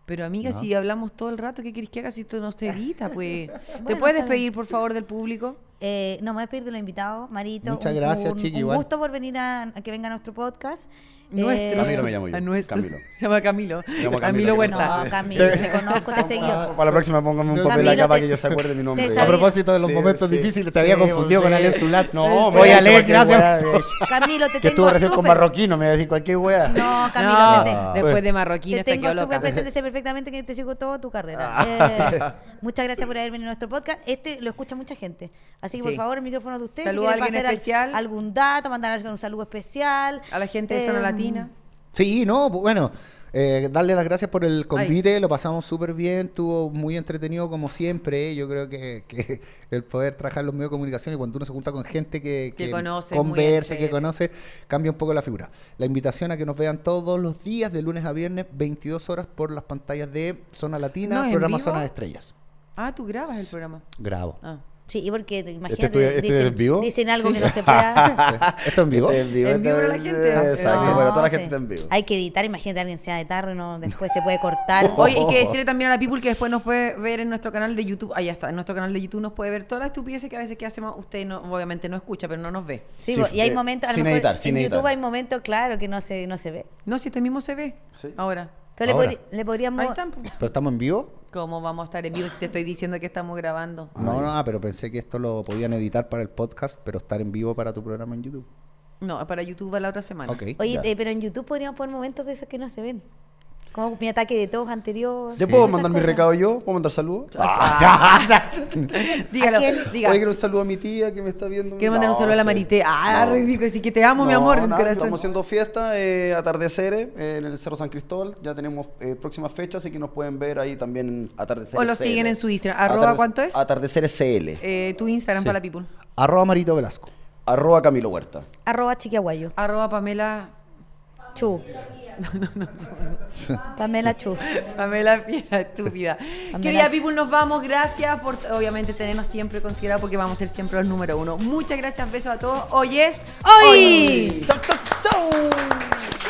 S1: Pero amiga, si hablamos todo el rato, ¿qué quieres que haga si esto no se evita? Pues. ¿Te puedes
S2: Bueno, está bien.
S1: despedir, por favor, del público?
S2: Eh, no, me voy a despedir de los invitados, Marito.
S3: Muchas
S2: un-
S3: gracias,
S2: un-
S3: Chiqui,
S2: Un
S3: igual.
S2: gusto por venir a, a que venga a nuestro podcast. Eh,
S1: Nuestro.
S4: Camilo me llamo yo,
S1: A nuestro.
S4: Camilo.
S1: Se llama Camilo.
S4: llamo
S1: Camilo,
S4: Camilo.
S1: Huerta.
S2: No, Camilo, te conozco, te seguí.
S4: Para la próxima póngame un
S3: No,
S4: papel
S2: Camilo,
S4: acá para
S2: te-
S4: que yo se acuerde mi nombre.
S2: te
S3: A
S2: sabía.
S3: propósito de los
S4: Sí,
S3: momentos
S4: sí.
S3: difíciles, te había confundido con Alex Zulat.
S4: No, me
S3: voy
S4: había
S3: a
S4: dicho
S3: leer,
S4: cualquier weá,
S3: gracias.
S4: de-
S2: Camilo, te
S5: Que
S2: tengo
S5: estuvo recién con
S2: súper-
S5: Marroquino, me va a decir cualquier weá.
S2: No, Camilo,
S1: No,
S2: te-
S1: después de
S2: te,
S1: Marroquín está
S2: tengo
S1: quedó
S2: súper
S1: loca. Ah.
S2: presente, sé perfectamente que te sigo toda tu carrera. Eh, muchas gracias por haber venido a nuestro podcast. Este lo escucha mucha gente. Así que,
S1: Sí.
S2: por favor, el micrófono de ustedes.
S1: Saluda a
S2: quieren
S1: alguien
S2: pasar al-
S1: especial.
S2: algún dato, mandar algún saludo especial.
S1: A la gente de Zona
S2: Eh,
S1: Latina.
S3: Sí, no, pues, bueno, eh, darle las gracias por el convite, lo pasamos súper bien, estuvo muy entretenido como siempre. Yo creo que, que el poder trabajar los medios de comunicación y cuando uno se junta con gente que,
S1: Que conoce, muy
S3: converse, que
S1: entrete.
S3: conoce, cambia un poco la figura. La invitación a que nos vean todos los días, de lunes a viernes, 22 horas por las pantallas de Zona Latina,
S1: ¿No es en
S3: programa
S1: vivo?
S3: Zona de Estrellas.
S1: Ah, tú grabas el programa.
S3: Grabo.
S1: Ah.
S2: Sí, y porque imagínate,
S5: estoy- este
S2: dicen,
S5: es vivo?
S2: dicen algo que no se pueda.
S3: ¿Esto en vivo?
S5: Este es
S1: En vivo
S5: este-
S1: la gente.
S5: Exacto,
S1: No,
S5: bueno, toda la
S2: sí.
S5: gente está en vivo.
S2: Hay que editar, imagínate, alguien sea de tarro y no, después se puede cortar.
S1: Oye, y que decirle también a la people que después nos puede ver en nuestro canal de YouTube. Ahí está, en nuestro canal de YouTube nos puede ver todas las estupideces que a veces que hacemos. Usted no, obviamente no escucha, pero no nos ve.
S2: Sí,
S5: Sí,
S2: bo- y hay
S5: eh,
S2: momentos, a lo
S5: sin
S2: mejor
S5: editar,
S2: en
S5: sin editar.
S2: YouTube hay momentos, claro, que no se, no se ve.
S1: No, si este mismo se ve.
S5: Sí.
S1: Ahora.
S2: Pero le,
S3: Ahora.
S2: podri- le podríamos...
S1: Ahí están. pues. po.
S3: ¿Pero estamos en vivo?
S1: ¿Cómo vamos a estar en vivo si te estoy diciendo que estamos grabando?
S3: No, no, ah, pero pensé que esto lo podían editar para el podcast, pero estar en vivo para tu programa en YouTube.
S1: No, para YouTube va la otra semana.
S3: Ok.
S2: Oye,
S3: ya.
S2: eh, pero en YouTube podríamos poner momentos de esos que no se ven. Como mi ataque de todos anterior.
S5: ¿Yo puedo
S2: esas
S5: mandar mi
S2: cosas.
S5: recado yo? ¿Puedo mandar saludos? Ah,
S1: Dígalo,
S2: ¿A quién?
S1: diga.
S5: Oye, quiero un saludo a mi tía que me está viendo.
S1: Quiero mandar un
S5: No,
S1: saludo a la
S5: sí.
S1: Marité. Ah,
S5: No.
S1: ridículo. Así que te amo, mi
S5: No,
S1: amor.
S5: nada,
S1: corazón.
S5: Estamos haciendo fiesta, eh, atardeceres eh, en el Cerro San Cristóbal. Ya tenemos eh, próximas fechas, así que nos pueden ver ahí también en atardeceres.
S1: O lo
S5: CL.
S1: siguen en su Instagram. Arroba,
S5: Atarde-
S1: ¿cuánto es?
S5: Atardeceres CL.
S1: Eh, tu Instagram para la people.
S3: Arroba Marito Velasco.
S5: Arroba Camilo Huerta.
S2: Arroba chiquiaguayo.
S1: Arroba Pamela.
S2: Chu. Pamela Chu.
S1: Pamela Fiera, estúpida.
S2: Pamela
S1: Querida
S2: Chu.
S1: People, nos vamos. Gracias por, obviamente, tenernos siempre considerado porque vamos a ser siempre los número uno. Muchas gracias, besos a todos. Hoy es
S2: Hoy.
S1: ¡Chau, chau, chau!